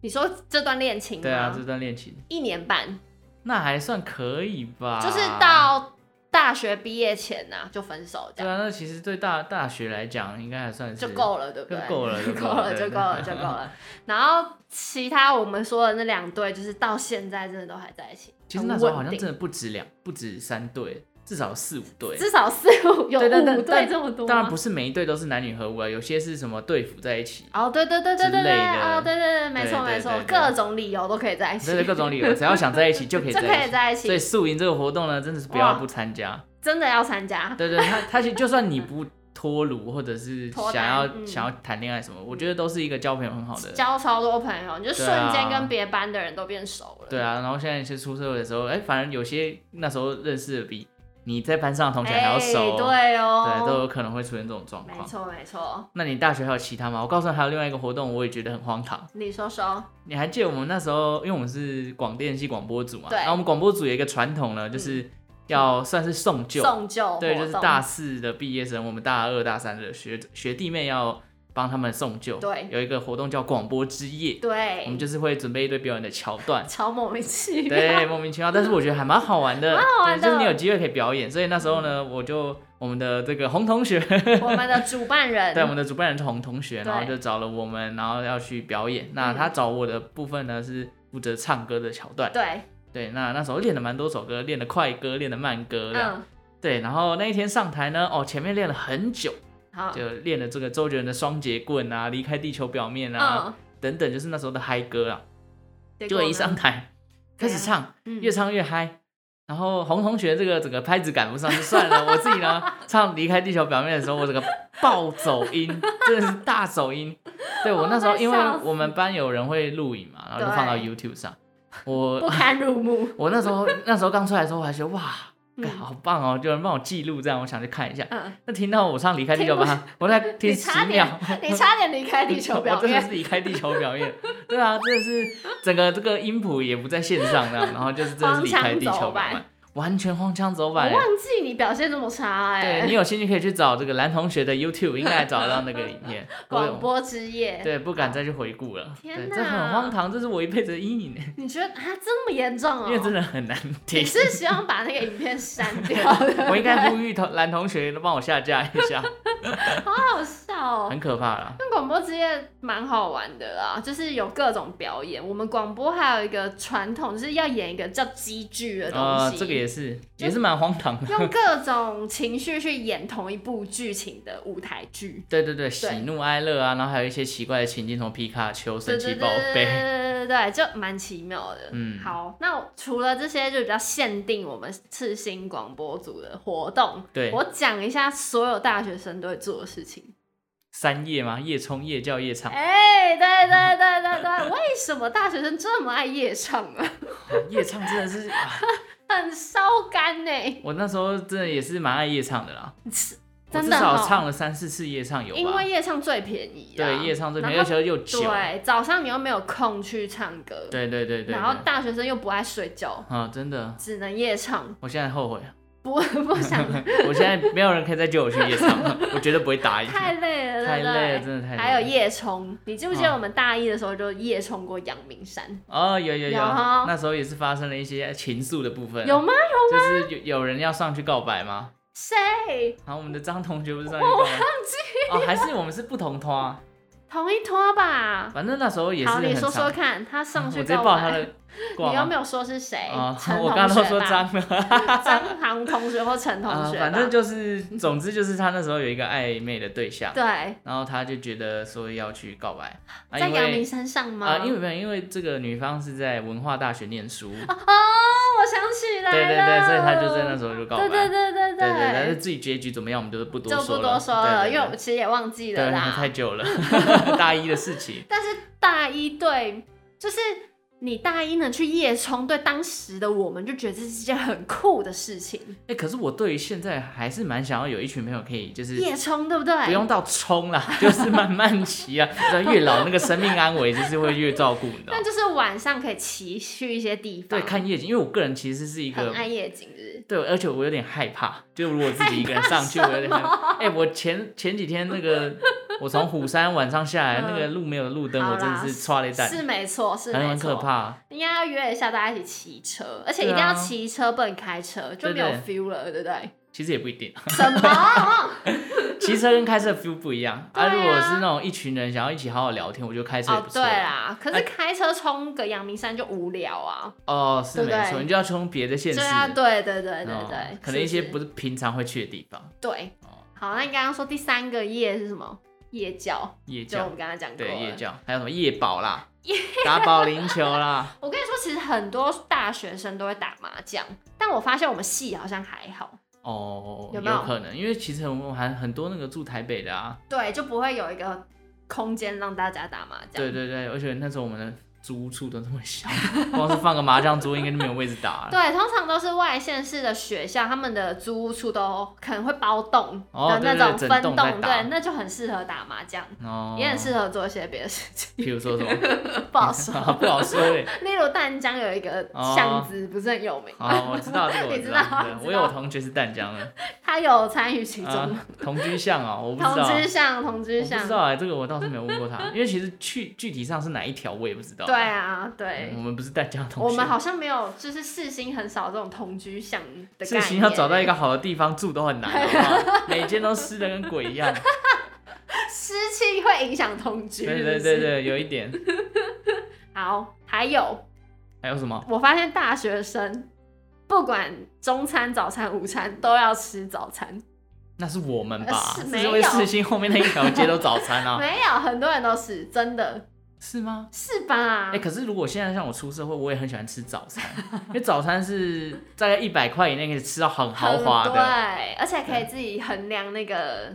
Speaker 2: 你说这段恋情吗？
Speaker 1: 对啊，这段恋情
Speaker 2: 一年半，
Speaker 1: 那还算可以吧，
Speaker 2: 就是到大学毕业前呐、就分手，这
Speaker 1: 对
Speaker 2: 样
Speaker 1: 啊，那其实对大大学来讲，应该还算是
Speaker 2: 就够了，对不对？
Speaker 1: 够 了就
Speaker 2: 够
Speaker 1: 够
Speaker 2: 了，
Speaker 1: 了
Speaker 2: 就
Speaker 1: 对
Speaker 2: 够了，就够了。然后其他我们说的那两对，就是到现在真的都还在一起，
Speaker 1: 其实那时候
Speaker 2: 很
Speaker 1: 好像
Speaker 2: 稳定
Speaker 1: 真的不止两，不止三对，至少有四五对。
Speaker 2: 至少四五有
Speaker 1: 对但
Speaker 2: 五
Speaker 1: 但
Speaker 2: 对
Speaker 1: 但
Speaker 2: 这么多吗，啊
Speaker 1: 当然不是每一对都是男女合舞啊，有些是什么对辅在一起，
Speaker 2: 哦，对对对对对
Speaker 1: 之
Speaker 2: 对，
Speaker 1: 类的
Speaker 2: 哦，对对对，没错
Speaker 1: 对对
Speaker 2: 没错，
Speaker 1: 对对
Speaker 2: 各种理由都可以在一起，
Speaker 1: 对对，各种理 由，只要想在一起就可以
Speaker 2: 就可
Speaker 1: 在
Speaker 2: 以
Speaker 1: 一起。所
Speaker 2: 在一
Speaker 1: 以
Speaker 2: 起，
Speaker 1: 宿营这个活动呢，真的是不
Speaker 2: 哇
Speaker 1: 要不参加。
Speaker 2: 真的要参加。
Speaker 1: 对对，他他其实就算你不脱炉，或者是
Speaker 2: 脱单
Speaker 1: 想要、
Speaker 2: 嗯
Speaker 1: 想要谈恋爱什么，我觉得都是一个交朋友很好的。
Speaker 2: 交超多朋友，你就
Speaker 1: 对
Speaker 2: 瞬
Speaker 1: 啊
Speaker 2: 间跟别班的人都变熟了。
Speaker 1: 对啊，然后现在是出社会的时候，哎，反正有些那时候认识的比你在班上的同学还
Speaker 2: 哎，
Speaker 1: 要熟，
Speaker 2: 对
Speaker 1: 对，都
Speaker 2: 哦，
Speaker 1: 有可能会出现这种状
Speaker 2: 没
Speaker 1: 况。
Speaker 2: 错没错。
Speaker 1: 那你大学还有其他吗？我告诉你，还有另外一个活动，我也觉得很荒唐。
Speaker 2: 你说说，
Speaker 1: 你还记得我们那时候，因为我们是广电系广播组嘛，
Speaker 2: 对嗯
Speaker 1: 然后我们广播组有一个传统呢，就是要算是送旧，
Speaker 2: 送旧活
Speaker 1: 对，就是
Speaker 2: 动
Speaker 1: 大四的毕业生，我们大二、大三的学学弟妹要帮他们送旧，
Speaker 2: 对
Speaker 1: 有一个活动叫广播之夜，
Speaker 2: 对，，
Speaker 1: 我们就是会准备一堆表演的桥段
Speaker 2: 超莫名其妙。
Speaker 1: 对，莫名其妙，但是我觉得还蛮好玩的，
Speaker 2: 蛮好玩的
Speaker 1: 对就是你有机会可以表演，所以那时候呢，我就我们的这个洪同学，
Speaker 2: 我们的主办人，
Speaker 1: 对，我们的主办人是洪同学，
Speaker 2: 对嗯
Speaker 1: 然后就找了我们，然后要去表演。那他找我的部分呢是负责唱歌的桥段，
Speaker 2: 对，
Speaker 1: 对，那那时候练了蛮多首歌，练了快歌，练了慢歌这样。
Speaker 2: 嗯，
Speaker 1: 对，然后那一天上台呢，哦，前面练了很久，
Speaker 2: 好，嗯
Speaker 1: 就练了这个周杰伦的《双节棍》啊，《离开地球表面啊》
Speaker 2: 嗯，
Speaker 1: 等等，就是那时候的嗨歌啊。
Speaker 2: 结
Speaker 1: 结
Speaker 2: 果
Speaker 1: 果
Speaker 2: 呢
Speaker 1: 一上，台开始唱，
Speaker 2: 嗯
Speaker 1: 越唱越嗨。然后洪同学这个整个拍子赶不上就算了，我自己呢唱《离开地球表面》的时候，我整个暴走音，真的是大走音。对我
Speaker 2: 哦
Speaker 1: 那时候，因为我们班有人会录影嘛，然后就放到
Speaker 2: 对
Speaker 1: YouTube 上。我
Speaker 2: 不堪入目。
Speaker 1: 我那时候那时候刚出来的时候，我还觉得哇，
Speaker 2: 嗯
Speaker 1: 干好棒哦，有人帮我记录，这样我想去看一下。
Speaker 2: 嗯，
Speaker 1: 那听到我唱《离开地球吧》，我在听
Speaker 2: 你
Speaker 1: 十
Speaker 2: 差点
Speaker 1: 秒。，
Speaker 2: 你差点离开地球 表
Speaker 1: 我真的
Speaker 2: 面
Speaker 1: 是。离开地球表面。对啊，真的是整个这个音谱也不在线上那样，然后就是真的是离开地球表
Speaker 2: 荒腔走
Speaker 1: 面，完全荒腔走
Speaker 2: 我
Speaker 1: 板。
Speaker 2: 忘记你表现这么差哎、
Speaker 1: 对你有兴趣可以去找这个蓝同学的 YouTube，应该找得到那个影片。我有
Speaker 2: 广播之夜，
Speaker 1: 对，不敢再去回顾了。
Speaker 2: 天
Speaker 1: 对，
Speaker 2: 哪
Speaker 1: 这很荒唐，这是我一辈子的阴影，欸
Speaker 2: 你觉得啊这么严重哦、
Speaker 1: 因为真的很难听
Speaker 2: 你。是希望把那个影片删掉的
Speaker 1: ，我应该呼吁同蓝同学都帮我下架一下，
Speaker 2: 好好笑哦、
Speaker 1: 很可怕啦。
Speaker 2: 那广播之夜蛮好玩的啦，就是有各种表演。我们广播还有一个传统，就是要演一个叫机剧的东
Speaker 1: 呃，
Speaker 2: 西，
Speaker 1: 这个也是，
Speaker 2: 就
Speaker 1: 也是蛮荒唐 的。
Speaker 2: 用各种情绪去演同一部剧情的舞台剧。
Speaker 1: 对对对，喜怒哀乐啊，然后还有一些奇怪的情境，从皮卡丘、
Speaker 2: 对
Speaker 1: 神
Speaker 2: 对
Speaker 1: 奇
Speaker 2: 对
Speaker 1: 宝
Speaker 2: 对对
Speaker 1: 贝，
Speaker 2: 对对对，就蛮奇妙的。
Speaker 1: 嗯
Speaker 2: 好，那我除了这些，就比较限定我们赤星广播组的活动。
Speaker 1: 对
Speaker 2: 我讲一下所有大学生都会做的事情。
Speaker 1: 三夜吗？夜冲、夜教、夜唱，
Speaker 2: 哎、对对 对对对，为什么大学生这么爱夜唱啊？
Speaker 1: 夜唱真的是，啊
Speaker 2: 很烧干呢、
Speaker 1: 我那时候真的也是蛮爱夜唱的啦。我
Speaker 2: 真
Speaker 1: 至
Speaker 2: 的
Speaker 1: 少
Speaker 2: 哦
Speaker 1: 唱了三四次夜唱有吧？
Speaker 2: 因为夜唱最便宜啦。
Speaker 1: 对夜唱这边，而
Speaker 2: 然后
Speaker 1: 且又久，
Speaker 2: 对，早上你又没有空去唱歌，
Speaker 1: 对对对对，
Speaker 2: 然后
Speaker 1: 对
Speaker 2: 大学生又不爱睡觉，
Speaker 1: 啊，真的，
Speaker 2: 只能夜唱，
Speaker 1: 我现在后悔，
Speaker 2: 不不 想，
Speaker 1: 我现在没有人可以再叫我去夜唱了，我绝对不会答应。
Speaker 2: 太累了，
Speaker 1: 太
Speaker 2: 对不
Speaker 1: 累了，
Speaker 2: 对
Speaker 1: 真的太累了。
Speaker 2: 还有夜冲，你记不记得
Speaker 1: 嗯
Speaker 2: 我们大一的时候就夜冲过阳明山？
Speaker 1: 哦，有有有，
Speaker 2: 有哈
Speaker 1: 那时候也是发生了一些情愫的部分，
Speaker 2: 有吗？
Speaker 1: 就是有有人要上去告白吗？
Speaker 2: 谁
Speaker 1: 然后我们的张同学不是上去告白，哦，还是我们是不同团啊，
Speaker 2: 同一拖吧？
Speaker 1: 反正那时候也是
Speaker 2: 好，
Speaker 1: 很
Speaker 2: 你
Speaker 1: 长
Speaker 2: 说
Speaker 1: 啊
Speaker 2: 说看，他上去
Speaker 1: 我直接
Speaker 2: 告
Speaker 1: 报他
Speaker 2: 白
Speaker 1: 的，
Speaker 2: 你又
Speaker 1: 挂吗？
Speaker 2: 没有说是谁
Speaker 1: 啊？，
Speaker 2: 陈
Speaker 1: 我刚刚都
Speaker 2: 同学
Speaker 1: 说
Speaker 2: 吧？
Speaker 1: 张 了，
Speaker 2: 张航同学或陈 同
Speaker 1: 啊
Speaker 2: 学吧？
Speaker 1: 反正就是，总之就是他那时候有一个暧昧的对象，
Speaker 2: 对，
Speaker 1: 然后他就觉得说要去告 白，啊、
Speaker 2: 在
Speaker 1: 因
Speaker 2: 阳明
Speaker 1: 为
Speaker 2: 山上吗？
Speaker 1: 啊，因为没有，因为这个女方是在文化大学念书，
Speaker 2: 哦，我想起来了，
Speaker 1: 对对对，所以他就在那时候就告白，
Speaker 2: 对对对对
Speaker 1: 对对，但是至于结局怎么样，我们就是不多
Speaker 2: 就
Speaker 1: 说了，
Speaker 2: 不多说
Speaker 1: 对
Speaker 2: 了，
Speaker 1: 对对
Speaker 2: 因为我们其实也忘记了
Speaker 1: 对
Speaker 2: 啦。
Speaker 1: 太久了， 大一的事情，
Speaker 2: 但是大一对，就是你大一呢去夜冲，对当时的我们就觉得这是件很酷的事情。
Speaker 1: 哎、可是我对于现在还是蛮想要有一群朋友可以就是。
Speaker 2: 夜冲对不对？
Speaker 1: 不用到冲啦， 就是慢慢骑啊。你知道越老那个生命安危就是会越照顾，你知道吗
Speaker 2: 但？就是晚上可以骑去一些地方，
Speaker 1: 对，看夜景，因为我个人其实是一
Speaker 2: 很
Speaker 1: 个
Speaker 2: 爱夜景日。
Speaker 1: 对，而且我有点害怕，就如果自己一个人上去，我
Speaker 2: 害
Speaker 1: 有
Speaker 2: 怕
Speaker 1: 点害怕。哎、我前前几天那个，我从虎山晚上下来，
Speaker 2: 嗯
Speaker 1: 那个路没有路灯，
Speaker 2: 好
Speaker 1: 我
Speaker 2: 啦
Speaker 1: 真的是抓了一蛋，
Speaker 2: 是没错，是
Speaker 1: 很
Speaker 2: 没
Speaker 1: 很
Speaker 2: 错，
Speaker 1: 可怕。
Speaker 2: 应该要约一下大家一起骑车，而且一
Speaker 1: 对啊
Speaker 2: 定要骑车，不能开车，就没有
Speaker 1: 对
Speaker 2: feel 了，对 不对？
Speaker 1: 其实也不一定，
Speaker 2: 什么？
Speaker 1: 骑车跟开车的 feel 不一样。
Speaker 2: 对啊
Speaker 1: 如果是那种一群人想要一起好好聊天，我觉得开车也
Speaker 2: 哦
Speaker 1: 不，错。
Speaker 2: 对啦，可
Speaker 1: 哎
Speaker 2: 是开车冲个阳明山就无聊啊。
Speaker 1: 哦，是
Speaker 2: 对不
Speaker 1: 没
Speaker 2: 对
Speaker 1: 错，你就要从别的县市，
Speaker 2: 对啊，对对对对
Speaker 1: 哦
Speaker 2: 对，
Speaker 1: 可能一些不
Speaker 2: 是
Speaker 1: 是平常会去的地方
Speaker 2: 不。是对
Speaker 1: 哦。
Speaker 2: 好，那你刚刚说第三个夜是什么？夜教，
Speaker 1: 夜
Speaker 2: 就我
Speaker 1: 教
Speaker 2: 们，刚刚讲过
Speaker 1: 对夜
Speaker 2: 了。
Speaker 1: 教，还有什么夜保啦，打保龄球啦，
Speaker 2: 我跟你说，其实很多大学生都会打麻将，但我发现我们系好像还好，
Speaker 1: 哦，
Speaker 2: 有没有
Speaker 1: 可能？因为其实我们还很多那个住台北的啊，
Speaker 2: 对，就不会有一个空间让大家打麻将。
Speaker 1: 对对对，而且那时候我们的租屋处都那么小， 光是放个麻将桌应该就没有位置打了。
Speaker 2: 对，通常都是外县市的学校，他们的租屋处都可能会包栋
Speaker 1: 哦
Speaker 2: 的那
Speaker 1: 对对
Speaker 2: 种
Speaker 1: 整
Speaker 2: 分
Speaker 1: 栋
Speaker 2: 栋，
Speaker 1: 在打
Speaker 2: 对，那就很适合打麻将，
Speaker 1: 哦，
Speaker 2: 也很适合做一些别的事情，
Speaker 1: 比如说什么，
Speaker 2: 不好 说。
Speaker 1: 不好说哎。
Speaker 2: 例如淡江有一个巷子不是很有名，
Speaker 1: 哦，我知道这个，我
Speaker 2: 你知
Speaker 1: 道
Speaker 2: 道，
Speaker 1: 对
Speaker 2: 知
Speaker 1: 我
Speaker 2: 道
Speaker 1: 有同学是淡江的，
Speaker 2: 他有参与其中
Speaker 1: 啊
Speaker 2: 吗。，
Speaker 1: 同居巷哦，我不知道，
Speaker 2: 同
Speaker 1: 我
Speaker 2: 之巷，同之
Speaker 1: 不知
Speaker 2: 巷，
Speaker 1: 道哎，这个我倒是没有问过他，因为其实具具体上是哪一条我也不知道。
Speaker 2: 对啊，对
Speaker 1: 嗯，我们不是淡江的同
Speaker 2: 我
Speaker 1: 学，
Speaker 2: 们好像没有，就是世新很少这种同居巷的概
Speaker 1: 事
Speaker 2: 念。欸
Speaker 1: 情要找到一个好的地方住都很难，好 不好每间都湿的跟鬼一样。
Speaker 2: 湿气会影响同居，
Speaker 1: 对
Speaker 2: 是
Speaker 1: 对
Speaker 2: 不
Speaker 1: 对
Speaker 2: 是。
Speaker 1: 对，有一点。
Speaker 2: 好，还有
Speaker 1: 还有什么？
Speaker 2: 我发现大学生不管中餐、早餐、午餐都要吃早餐，
Speaker 1: 那是我们吧？
Speaker 2: 呃是
Speaker 1: 是
Speaker 2: 没
Speaker 1: 因为
Speaker 2: 有
Speaker 1: 四星后面那一条街都早餐啊。
Speaker 2: 没有很多人都是真的。
Speaker 1: 是吗？
Speaker 2: 是吧？
Speaker 1: 哎、可是如果现在像我出社会，我也很喜欢吃早餐，因为早餐是大概一百块以内可以吃到很豪
Speaker 2: 很
Speaker 1: 华的，
Speaker 2: 对，而且可以自己衡量那个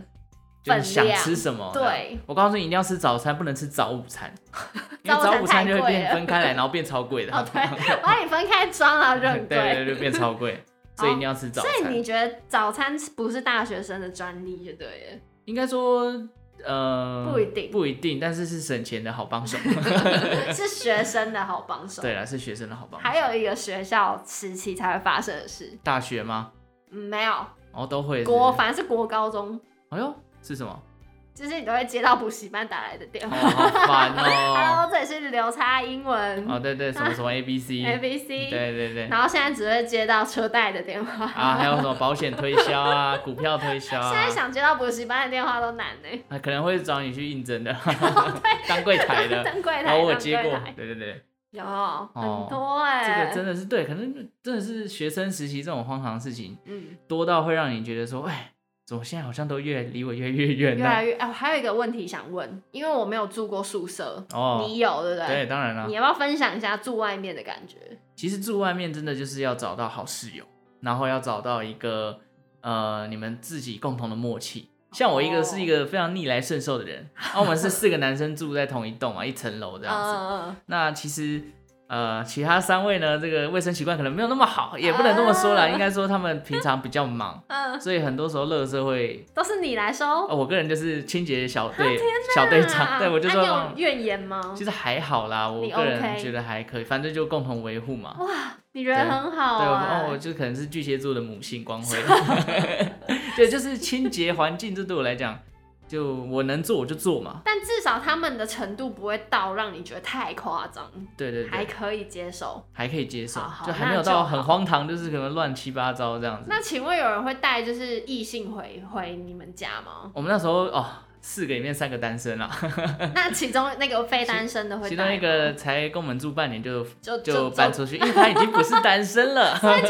Speaker 1: 就
Speaker 2: 分
Speaker 1: 是
Speaker 2: 量。
Speaker 1: 想吃什么。
Speaker 2: 对，
Speaker 1: 我告诉你，一定要吃早餐，不能吃早午 餐，因为
Speaker 2: 早
Speaker 1: 早午
Speaker 2: 午餐
Speaker 1: 餐就会
Speaker 2: 太贵
Speaker 1: 变
Speaker 2: 了
Speaker 1: 分开来，然后变超贵的。
Speaker 2: 哦， 对，我把你分开装了就很
Speaker 1: 对对
Speaker 2: 贵。哦
Speaker 1: 对，就变超贵，所以一定要吃早
Speaker 2: 所
Speaker 1: 餐。
Speaker 2: 以你觉得早餐不是大学生的专利就对了。
Speaker 1: 应该说，呃，
Speaker 2: 不一定
Speaker 1: 不一定，但是是省钱的好帮 手。
Speaker 2: 是学生的好帮手。
Speaker 1: 对啦，是学生的好帮手。
Speaker 2: 还有一个学校时期才会发生的事，
Speaker 1: 大学吗？
Speaker 2: 嗯没有
Speaker 1: 然后都会是不是
Speaker 2: 国，反正是国高中，
Speaker 1: 哎呦，是什么？
Speaker 2: 就是你都会接到补习班打来的电
Speaker 1: 哦，
Speaker 2: 话。
Speaker 1: 好烦哦。
Speaker 2: Hello，这里是流差英文、
Speaker 1: 哦，对对，什么什么 A B C
Speaker 2: A B C，
Speaker 1: 对对对。
Speaker 2: 然后现在只会接到车贷的电话。
Speaker 1: 啊，还有什么保险推销 啊，股票推销
Speaker 2: 现
Speaker 1: 啊，
Speaker 2: 在想接到补习班的电话都难呢、
Speaker 1: 啊可能会找你去应征 的，当柜台的。
Speaker 2: 登哦柜
Speaker 1: 然
Speaker 2: 台，
Speaker 1: 后我有
Speaker 2: 登
Speaker 1: 接
Speaker 2: 柜
Speaker 1: 过，
Speaker 2: 台
Speaker 1: 对对对，
Speaker 2: 有很多哎、
Speaker 1: 这个真的是对，可能真的是学生时期这种荒唐的事情
Speaker 2: 嗯，
Speaker 1: 多到会让你觉得说，哎，怎么现在好像都越离我越越远啊
Speaker 2: 越
Speaker 1: 了、
Speaker 2: 来越哎、我还有一个问题想问，因为我没有住过宿舍，
Speaker 1: 哦，
Speaker 2: 你有对不
Speaker 1: 对，啊当然了
Speaker 2: 你，要不要分享一下住外面的感觉？
Speaker 1: 其实住外面真的就是要找到好室友，然后要找到一个呃你们自己共同的默契。像我一个
Speaker 2: 哦
Speaker 1: 是一个非常逆来顺受的人，啊，我们是四个男生住在同一栋嘛，一层楼这样子。
Speaker 2: 嗯
Speaker 1: 那其实呃，其他三位呢，这个卫生习惯可能没有那么好，也不能这么说啦，
Speaker 2: 啊
Speaker 1: 应该说他们平常比较忙，
Speaker 2: 嗯，嗯
Speaker 1: 所以很多时候垃圾会，
Speaker 2: 都是你来收。
Speaker 1: 呃，我个人就是清洁小队、
Speaker 2: 啊天
Speaker 1: 小队
Speaker 2: 哪
Speaker 1: 长，对我就
Speaker 2: 啊
Speaker 1: 说
Speaker 2: 你
Speaker 1: 那
Speaker 2: 有
Speaker 1: 种，
Speaker 2: 怨言吗
Speaker 1: 其？实还好啦，我
Speaker 2: 你
Speaker 1: 个人
Speaker 2: OK 哦
Speaker 1: 觉得还可以，反正就共同维护嘛。
Speaker 2: 哇，你人
Speaker 1: 对
Speaker 2: 很好
Speaker 1: 对，我
Speaker 2: 啊
Speaker 1: 哦，我。就可能是巨蟹座的母性光辉， 对，就是清洁环境，这对我来讲，就我能做我就做嘛，
Speaker 2: 但至少他们的程度不会到让你觉得太夸张，
Speaker 1: 对对
Speaker 2: 还
Speaker 1: 对，
Speaker 2: 可以接受。
Speaker 1: 还可以接受
Speaker 2: 好，好
Speaker 1: 就还没
Speaker 2: 那
Speaker 1: 有
Speaker 2: 就
Speaker 1: 到很
Speaker 2: 好
Speaker 1: 荒唐，就是可能乱七八糟这样子。
Speaker 2: 那请问有人会带就是异性回回你们家吗？
Speaker 1: 我们那时候哦，四个里面三个单身啦，
Speaker 2: 那其中那个非单身的会
Speaker 1: 其
Speaker 2: 带吗
Speaker 1: 中一个才跟我们住半年就
Speaker 2: 就
Speaker 1: 就
Speaker 2: 就
Speaker 1: 搬
Speaker 2: 就
Speaker 1: 出去，因为他已经不是单身 了。
Speaker 2: 就搬出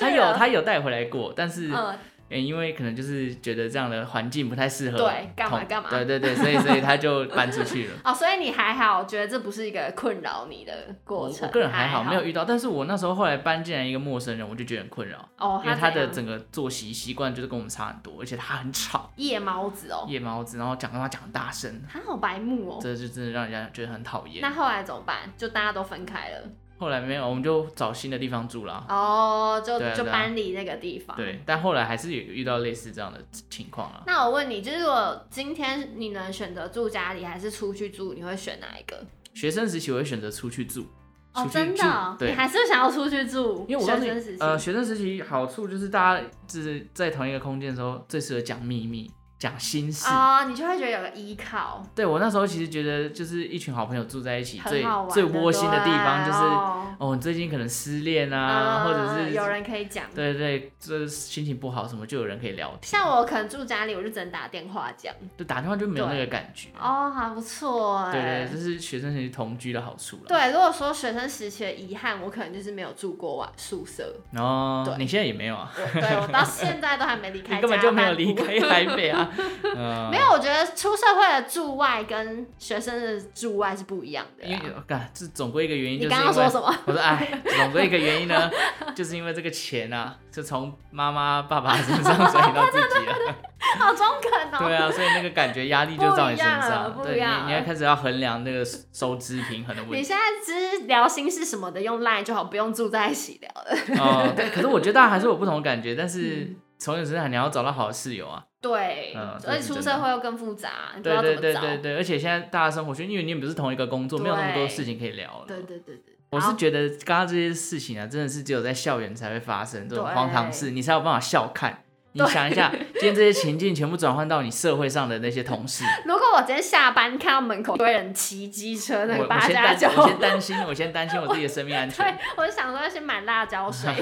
Speaker 1: 他
Speaker 2: 了。
Speaker 1: 有他有带回来过，但是
Speaker 2: 嗯，
Speaker 1: 嗯，因为可能就是觉得这样的环境不太适合呃同，
Speaker 2: 对干嘛干嘛
Speaker 1: 对对对，所以所以他就搬出去了。
Speaker 2: 哦，所以你还好，觉得这不是一个困扰你的
Speaker 1: 我
Speaker 2: 过
Speaker 1: 我
Speaker 2: 程。
Speaker 1: 个人还
Speaker 2: 还
Speaker 1: 好，没有遇到，但是我那时候后来搬进来一个陌生人，我就觉得很困扰，
Speaker 2: 哦，
Speaker 1: 因为他
Speaker 2: 怎
Speaker 1: 的
Speaker 2: 样
Speaker 1: 整个作息习惯就是跟我们差很多，而且他很吵，
Speaker 2: 夜猫子哦，
Speaker 1: 夜猫子，然后讲话讲很大声，
Speaker 2: 他好白目哦。
Speaker 1: 这就真的让人家觉得很讨厌
Speaker 2: 那。后来怎么办？就大家都分开了，
Speaker 1: 后来没有，我们就找新的地方住啦。
Speaker 2: 哦，就
Speaker 1: 对啊
Speaker 2: 就
Speaker 1: 对啊
Speaker 2: 搬离那个地方。
Speaker 1: 对，但后来还是有遇到类似这样的情况啊。
Speaker 2: 哦那我问你，就是我今天你能选择住家里还是出去住，你会选哪一个？
Speaker 1: 学生时期我会选择出去住，
Speaker 2: 哦
Speaker 1: 出，去
Speaker 2: 真
Speaker 1: 住
Speaker 2: 的哦，你
Speaker 1: 对。
Speaker 2: 还是想要出去住？
Speaker 1: 因为我
Speaker 2: 学
Speaker 1: 告诉
Speaker 2: 生时
Speaker 1: 你，
Speaker 2: 期，
Speaker 1: 呃，学生时期好处就是大家就是在同一个空间的时候，最适合讲秘密、讲心事。
Speaker 2: 哦，你就会觉得有个依靠，
Speaker 1: 对我那时候其实觉得，就是一群好朋友住在一起，最
Speaker 2: 很好玩。
Speaker 1: 最窝心的地方就是，
Speaker 2: 对
Speaker 1: 哦
Speaker 2: 哦
Speaker 1: 你最近可能失恋啊，或者
Speaker 2: 嗯有
Speaker 1: 是
Speaker 2: 人可以讲。
Speaker 1: 对对，这心情不好什么，就有人可以聊天，
Speaker 2: 像我可能住家里，我就只能打电话讲。
Speaker 1: 就打电话就没有那个
Speaker 2: 对
Speaker 1: 感觉。
Speaker 2: 哦，还不错哎。
Speaker 1: 对对，这是学生时期同居的好处了。
Speaker 2: 对，如果说学生时期的遗憾，我可能就是没有住过晚宿舍。
Speaker 1: 然后
Speaker 2: 对
Speaker 1: 你现在也没有啊，
Speaker 2: 我对我到现在都还没离开，
Speaker 1: 你根本就没有离。 开台北啊。嗯
Speaker 2: 没有，我觉得出社会的住外跟学生的住外是不一样的
Speaker 1: 因
Speaker 2: 啊、
Speaker 1: 为干，这总归一个原因就
Speaker 2: 你
Speaker 1: 是因
Speaker 2: 刚
Speaker 1: 为
Speaker 2: 刚 说什么？
Speaker 1: 我说哎，总归一个原因呢，就是因为这个钱啊，就从妈妈爸爸身上 转移到自己啊了。
Speaker 2: 好中肯 哦、
Speaker 1: 对啊，所以那个感觉压力就到你身上，
Speaker 2: 不一样了不
Speaker 1: 对
Speaker 2: 一
Speaker 1: 你
Speaker 2: 样了
Speaker 1: 你要开始要衡量那个收支平衡的问
Speaker 2: 你
Speaker 1: 题。
Speaker 2: 现在只是聊心事什么的，用 Line 就好，不用住在一起聊了。
Speaker 1: 哦，对，可是我觉得大家还是有不同的感觉，但是从你身上你要找到好的室友啊。
Speaker 2: 对，
Speaker 1: 嗯
Speaker 2: 所以
Speaker 1: 这是真
Speaker 2: 出
Speaker 1: 的
Speaker 2: 社会又更复杂， 你不知
Speaker 1: 对
Speaker 2: 道怎
Speaker 1: 对
Speaker 2: 么
Speaker 1: 对
Speaker 2: 找。
Speaker 1: 对对，而且现在大家生活圈，因为你们不是同一个工作，没有那么多
Speaker 2: 对
Speaker 1: 事情可以聊了。
Speaker 2: 对对对对
Speaker 1: 我是
Speaker 2: 好
Speaker 1: 觉得刚刚这些事情啊，真的是只有在校园才会发生这种
Speaker 2: 对
Speaker 1: 荒唐事，你才有办法笑看。你
Speaker 2: 对
Speaker 1: 想一下，今天这些情境全部转换到你社会上的那些同 事，
Speaker 2: 如果我今天下班看到门口一堆人骑机车，那
Speaker 1: 我
Speaker 2: 个
Speaker 1: 我
Speaker 2: 八
Speaker 1: 先
Speaker 2: 加
Speaker 1: 担
Speaker 2: 九，
Speaker 1: 我先担心，我先担心我自己的生命安
Speaker 2: 对
Speaker 1: 全。，
Speaker 2: 我就想说要先买辣 椒水。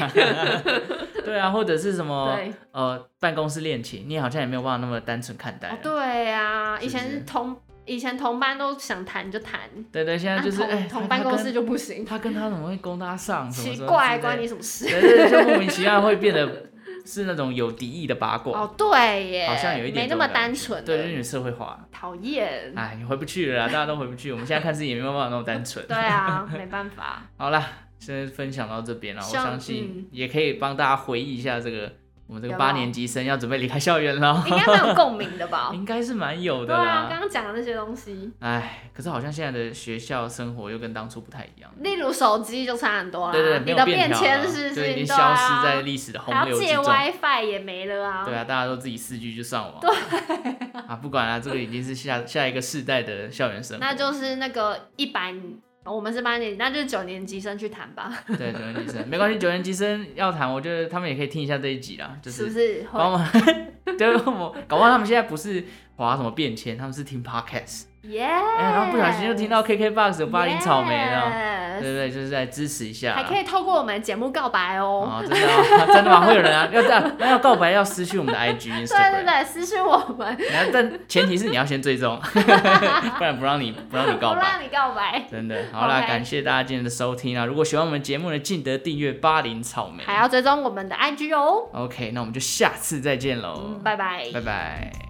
Speaker 1: 对 啊，或者是什么
Speaker 2: 对，
Speaker 1: 呃办公室恋情，你好像也没有办法那么单纯看待啊
Speaker 2: 哦
Speaker 1: 了。
Speaker 2: 对呀，
Speaker 1: 是哎不
Speaker 2: 以
Speaker 1: 是
Speaker 2: 前是同以前同班都想谈就谈，
Speaker 1: 对对，现在就是
Speaker 2: 啊
Speaker 1: 哎，他
Speaker 2: 同同办公
Speaker 1: 他
Speaker 2: 室
Speaker 1: 跟
Speaker 2: 就不行，
Speaker 1: 他跟他怎么会勾搭上？什么
Speaker 2: 奇
Speaker 1: 什么之
Speaker 2: 怪，
Speaker 1: 类
Speaker 2: 关你什么事？
Speaker 1: 对对，对就莫名其妙会变得是那种有敌意的八卦，
Speaker 2: 哦，对耶，
Speaker 1: 好像有一点
Speaker 2: 没那
Speaker 1: 这种
Speaker 2: 么
Speaker 1: 感
Speaker 2: 单
Speaker 1: 觉
Speaker 2: 纯了，
Speaker 1: 对，就是你社会化，
Speaker 2: 讨 厌，
Speaker 1: 哎，你回不去了啦，大家都回不去。我们现在看自己也没有办法那么单纯。
Speaker 2: 对啊，没办法。
Speaker 1: 好啦，现在分享到这边了，我
Speaker 2: 像
Speaker 1: 相信
Speaker 2: 嗯
Speaker 1: 也可以帮大家回忆一下这个我们这个
Speaker 2: 有啊
Speaker 1: 八
Speaker 2: 没有
Speaker 1: 年级生要准备离开校园了，
Speaker 2: 应该蛮有共鸣的吧？
Speaker 1: 应该是蛮有
Speaker 2: 对
Speaker 1: 的
Speaker 2: 啊，刚
Speaker 1: 啦。
Speaker 2: 刚讲的那些东西，
Speaker 1: 哎，可是好像现在的学校生活又跟当初不太一样。
Speaker 2: 例如手机就差很多啦，
Speaker 1: 对对，没
Speaker 2: 你
Speaker 1: 有
Speaker 2: 的
Speaker 1: 变调
Speaker 2: 迁
Speaker 1: 了，
Speaker 2: 是不
Speaker 1: 对，
Speaker 2: 是
Speaker 1: 已经
Speaker 2: 对
Speaker 1: 消失
Speaker 2: 啊
Speaker 1: 在历史的洪
Speaker 2: 还要
Speaker 1: 流之
Speaker 2: 借
Speaker 1: 中。
Speaker 2: WiFi 也没了啊。
Speaker 1: 对啊，大家都自己四 G 就上网。对。 啊，不管啊，这个已经是下下一个世代的校园生活。
Speaker 2: 那就是那个一百，我们是八年级，那就是九年级生去谈吧，
Speaker 1: 对九年级生，没关系，九年级生要谈，我觉得他们也可以听一下这一集啦，就是哦
Speaker 2: 不是会？
Speaker 1: 帮忙， 对，帮我搞不好他们现在不是划什么便签，他们是听 podcast，
Speaker 2: 耶！
Speaker 1: 哎、然后不小心就听到 KKBox 有八零草莓了，对
Speaker 2: Yes
Speaker 1: 不对？就是在支持一下啦，
Speaker 2: 还可以透过我们节目告白哦。
Speaker 1: 哦，真的、哦、 真的吗？会有人啊，要这样，那要告白要私讯我 们的 IG
Speaker 2: 对对
Speaker 1: Instagram，
Speaker 2: 对，私信我们，
Speaker 1: 然后但前提是你要先追踪， 不然不让你不让你告
Speaker 2: 不
Speaker 1: 白。
Speaker 2: 让你告白，
Speaker 1: 真的，好啦
Speaker 2: OK
Speaker 1: 感谢大家今天的收听啊！如果喜欢我们节目呢，记得订阅巴林草莓。
Speaker 2: 还要追踪我们的 IG 哦。
Speaker 1: OK，那我们就下次再见喽，
Speaker 2: 嗯拜拜
Speaker 1: 拜拜